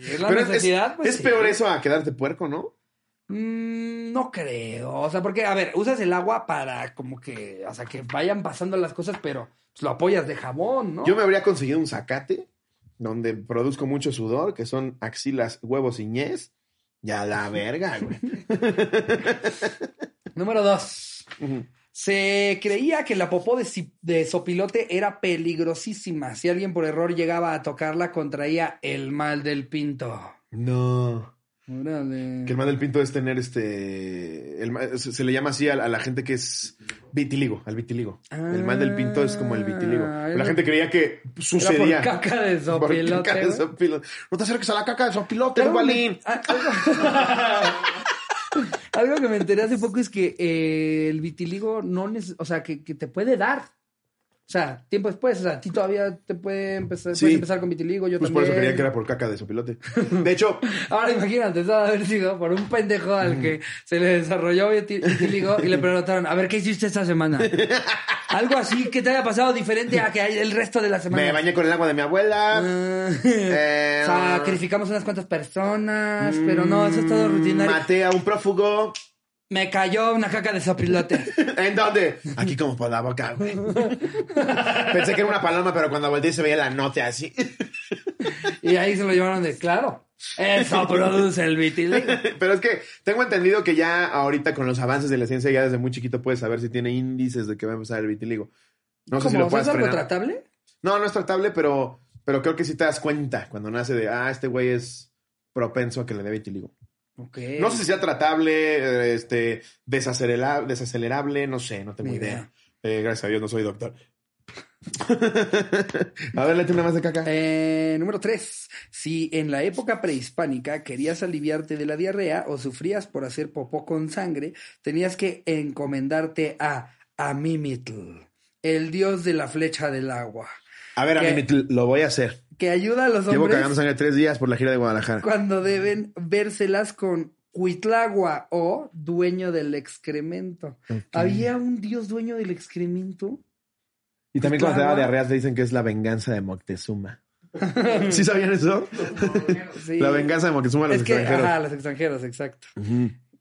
Speaker 1: Si es la
Speaker 2: Pero es-
Speaker 1: necesidad,
Speaker 2: es,
Speaker 1: pues
Speaker 2: es
Speaker 1: sí.
Speaker 2: peor eso a quedarte puerco, ¿no?
Speaker 1: Mm, no creo. O sea, porque, a ver, usas el agua para como que, o sea, que vayan pasando las cosas, pero pues, lo apoyas de jabón, ¿no?
Speaker 2: Yo me habría conseguido un zacate donde produzco mucho sudor, que son axilas, huevos y ñez. Ya la verga, güey.
Speaker 1: Número dos.
Speaker 2: Ujú.
Speaker 1: Se creía que la popó de, si- de sopilote era peligrosísima. Si alguien por error llegaba a tocarla, contraía el mal del pinto.
Speaker 2: no.
Speaker 1: Órale.
Speaker 2: Que el mal del pinto es tener este. el ma- se se le llama así a, a la gente que es vitiligo, al vitiligo. el mal del pinto es como el vitiligo.
Speaker 1: Ah,
Speaker 2: Pero
Speaker 1: era-
Speaker 2: la gente creía que
Speaker 1: Era por
Speaker 2: sucedía.
Speaker 1: caca de
Speaker 2: Por
Speaker 1: sopilote.
Speaker 2: caca de
Speaker 1: güey.
Speaker 2: sopilote. No te acerques a la caca de sopilote,
Speaker 1: Algo que me-
Speaker 2: Balín.
Speaker 1: Ah, algo- Algo que me enteré hace poco es que eh, el vitiligo no neces- o sea, que, que te puede dar. O sea, tiempo después, o sea, a ti todavía te puede empezar,
Speaker 2: Sí.
Speaker 1: puedes empezar con vitiligo, yo
Speaker 2: Pues por
Speaker 1: también.
Speaker 2: eso creían que era por caca de sopilote. De hecho,
Speaker 1: Ahora imagínate, eso ha de haber sido por un pendejo al que se le desarrolló viti- vitiligo y le preguntaron, a ver, ¿qué hiciste esta semana? Algo así que te haya pasado diferente a que hay el resto de la semana.
Speaker 2: me bañé con el agua de mi abuela.
Speaker 1: Ah,
Speaker 2: Eh,
Speaker 1: Sacrificamos unas cuantas personas, pero no, eso es
Speaker 2: Mm,
Speaker 1: todo rutinario.
Speaker 2: Maté a un prófugo.
Speaker 1: Me cayó una caca de sopilote.
Speaker 2: ¿En dónde? Aquí como por la boca, güey. Pensé que era una paloma, pero cuando volteé se veía la note así.
Speaker 1: y ahí se lo llevaron de claro. Eso produce el vitiligo.
Speaker 2: Pero es que tengo entendido que ya ahorita con los avances de la ciencia, ya desde muy chiquito puedes saber si tiene índices de que va a empezar el vitiligo. No sé si
Speaker 1: ¿Cómo?
Speaker 2: lo
Speaker 1: ¿O sea,
Speaker 2: puedes
Speaker 1: ¿Es algo
Speaker 2: frenar.
Speaker 1: tratable?
Speaker 2: No, no es tratable, pero, pero creo que sí te das cuenta cuando nace de, ah, este güey es propenso a que le dé vitiligo.
Speaker 1: Ok.
Speaker 2: No sé si sea tratable, eh, este, desacelera- desacelerable, no sé, no tengo
Speaker 1: Ni
Speaker 2: idea.
Speaker 1: idea.
Speaker 2: Eh, gracias a Dios no soy doctor. a ver, léete una más de caca.
Speaker 1: Eh, número 3. Si en la época prehispánica querías aliviarte de la diarrea o sufrías por hacer popó con sangre, tenías que encomendarte a Amimitl, el dios de la flecha del agua,
Speaker 2: A ver, a
Speaker 1: ¿Qué?
Speaker 2: mí me- lo voy a hacer.
Speaker 1: que ayuda a los
Speaker 2: Llevo cagando
Speaker 1: hombres
Speaker 2: sangre tres días por la gira de Guadalajara.
Speaker 1: cuando deben vérselas con Cuitlagua o dueño del excremento. ¿Había un dios dueño del excremento?
Speaker 2: Y también cuando te da
Speaker 1: Claro.
Speaker 2: diarreas te dicen que es la venganza de Moctezuma. ¿Sí sabían eso?
Speaker 1: Sí.
Speaker 2: La venganza de Moctezuma a los
Speaker 1: Es que,
Speaker 2: extranjeros.
Speaker 1: ajá, los extranjeros, exacto.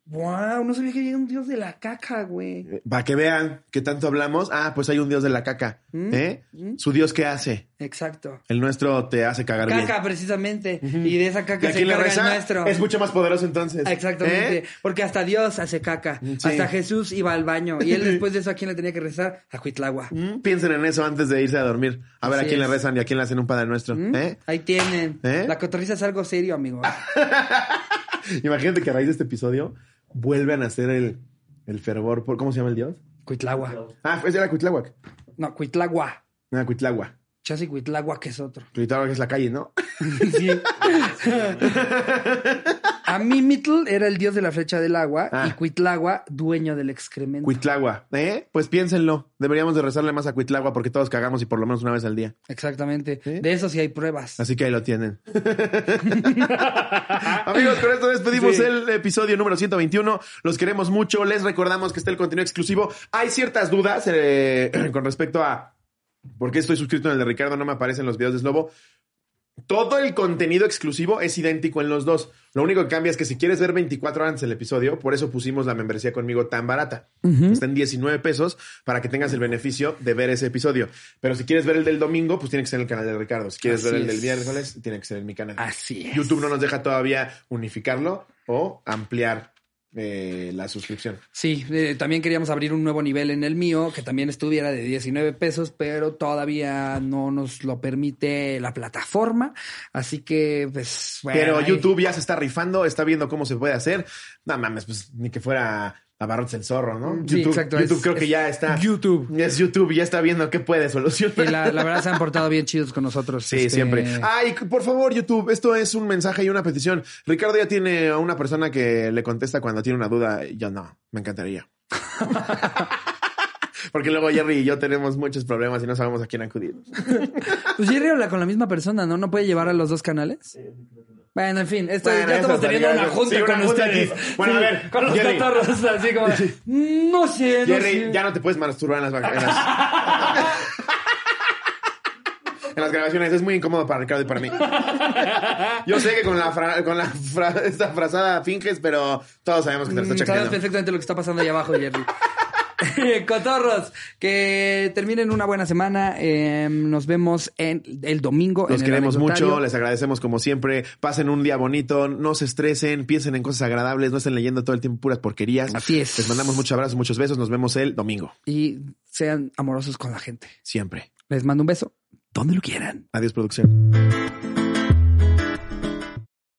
Speaker 1: Wow, no sabía que había un dios de la caca, güey.
Speaker 2: Eh, Para que vean que tanto hablamos. Ah, pues hay un dios de la caca.
Speaker 1: Mm.
Speaker 2: ¿Eh?
Speaker 1: Mm.
Speaker 2: ¿Su dios qué hace?
Speaker 1: Exacto.
Speaker 2: El nuestro te hace cagar
Speaker 1: Caca, precisamente. Y de esa
Speaker 2: bien. ¿Y
Speaker 1: caca
Speaker 2: a
Speaker 1: se
Speaker 2: quién le
Speaker 1: encarga el
Speaker 2: reza?
Speaker 1: nuestro.
Speaker 2: Es mucho más poderoso entonces.
Speaker 1: Ah, Exactamente.
Speaker 2: ¿Eh? Mm,
Speaker 1: Porque hasta Dios hace caca.
Speaker 2: Sí.
Speaker 1: Hasta Jesús iba al baño. Y él después de eso, ¿a quién le tenía que rezar? A Cuitlagua.
Speaker 2: Mm, Piensen en eso antes de irse a dormir. A ver
Speaker 1: Así
Speaker 2: a quién
Speaker 1: es.
Speaker 2: le rezan y a quién le hacen un padre nuestro.
Speaker 1: ¿Mm?
Speaker 2: ¿Eh?
Speaker 1: Ahí tienen.
Speaker 2: ¿Eh?
Speaker 1: La cotorriza es algo serio, amigo.
Speaker 2: Imagínate que a raíz de este episodio vuelven a hacer el, el fervor por. ¿Cómo se llama el dios?
Speaker 1: Cuitlagua.
Speaker 2: Ah, ese era Cuitláhuac.
Speaker 1: No, Cuitlagua.
Speaker 2: Ah, Cuitlagua.
Speaker 1: Chasi Cuitlagua, que es otro.
Speaker 2: Cuitlagua es la calle, ¿no?
Speaker 1: Sí. A mí Mitl era el dios de la flecha del agua
Speaker 2: Ah.
Speaker 1: y Cuitlagua, dueño del excremento.
Speaker 2: Cuitlagua. ¿Eh? Pues piénsenlo. Deberíamos de rezarle más a Cuitlagua porque todos cagamos y por lo menos una vez al día.
Speaker 1: Exactamente.
Speaker 2: ¿Sí?
Speaker 1: De eso sí hay pruebas.
Speaker 2: Así que ahí lo tienen. Amigos, con esto despedimos
Speaker 1: Sí.
Speaker 2: el episodio número 121. Los queremos mucho. Les recordamos que está el contenido exclusivo. Hay ciertas dudas eh, con respecto a por qué estoy suscrito en el de Ricardo. No me aparecen los videos de Slobo. Todo el contenido exclusivo es idéntico en los dos. Lo único que cambia es que si quieres ver 24 horas el episodio, por eso pusimos la membresía conmigo tan barata. Está en 19 pesos para que tengas el beneficio de ver ese episodio. Pero si quieres ver el del domingo, pues tiene que ser en el canal de Ricardo. Si quieres
Speaker 1: Así
Speaker 2: ver el
Speaker 1: es.
Speaker 2: del miércoles, tiene que ser en mi canal.
Speaker 1: Así es.
Speaker 2: YouTube no nos deja todavía unificarlo o ampliar eh, la suscripción.
Speaker 1: Sí, eh, también queríamos abrir un nuevo nivel en el mío, que también estuviera de 19 pesos, pero todavía no nos lo permite la plataforma. Así que, pues, bueno,
Speaker 2: Pero
Speaker 1: ahí-
Speaker 2: YouTube ya se está rifando, está viendo cómo se puede hacer. No mames, pues ni que fuera Abarrotes el zorro, ¿no?
Speaker 1: Sí,
Speaker 2: YouTube,
Speaker 1: exacto,
Speaker 2: YouTube
Speaker 1: es-
Speaker 2: creo que
Speaker 1: es
Speaker 2: ya está.
Speaker 1: YouTube.
Speaker 2: Es YouTube, ya está viendo qué puede solucionar.
Speaker 1: Y la, la verdad se han portado bien chidos con nosotros.
Speaker 2: Sí,
Speaker 1: Este,
Speaker 2: siempre. Ay, c- por favor, YouTube, esto es un mensaje y una petición. Ricardo ya tiene a una persona que le contesta cuando tiene una duda. Yo no, me encantaría. Porque luego Jerry y yo tenemos muchos problemas y no sabemos a quién acudir.
Speaker 1: Pues Jerry habla con la misma persona, ¿no? ¿No puede llevar a los dos canales? Bueno, en fin, esto-
Speaker 2: Bueno,
Speaker 1: ya estamos
Speaker 2: eso
Speaker 1: teniendo
Speaker 2: estaría-
Speaker 1: una junta
Speaker 2: sí, una
Speaker 1: con
Speaker 2: junta
Speaker 1: ustedes.
Speaker 2: aquí. Bueno, a ver,
Speaker 1: Con los
Speaker 2: Jerry.
Speaker 1: catarros, así como. de, "Mm, No sé, no
Speaker 2: Jerry,
Speaker 1: sé.
Speaker 2: ya no te puedes masturbar en las, vac- en las- en las grabaciones. Es muy incómodo para Ricardo y para mí. Yo sé que con la, fra- con la fra- esta frazada finges, pero todos sabemos que te lo está
Speaker 1: Mm, Sabes
Speaker 2: checando.
Speaker 1: perfectamente lo que está pasando ahí abajo, Jerry. Cotorros, que terminen una buena semana. eh, nos vemos en el domingo.
Speaker 2: Los
Speaker 1: en el
Speaker 2: queremos
Speaker 1: anecdotario.
Speaker 2: mucho, les agradecemos como siempre. Pasen un día bonito, no se estresen, piensen en cosas agradables, no estén leyendo todo el tiempo puras porquerías.
Speaker 1: Así es.
Speaker 2: Les mandamos muchos abrazos, muchos besos. Nos vemos el domingo,
Speaker 1: Y sean amorosos con la gente.
Speaker 2: siempre.
Speaker 1: Les mando un beso donde lo quieran.
Speaker 2: Adiós, producción.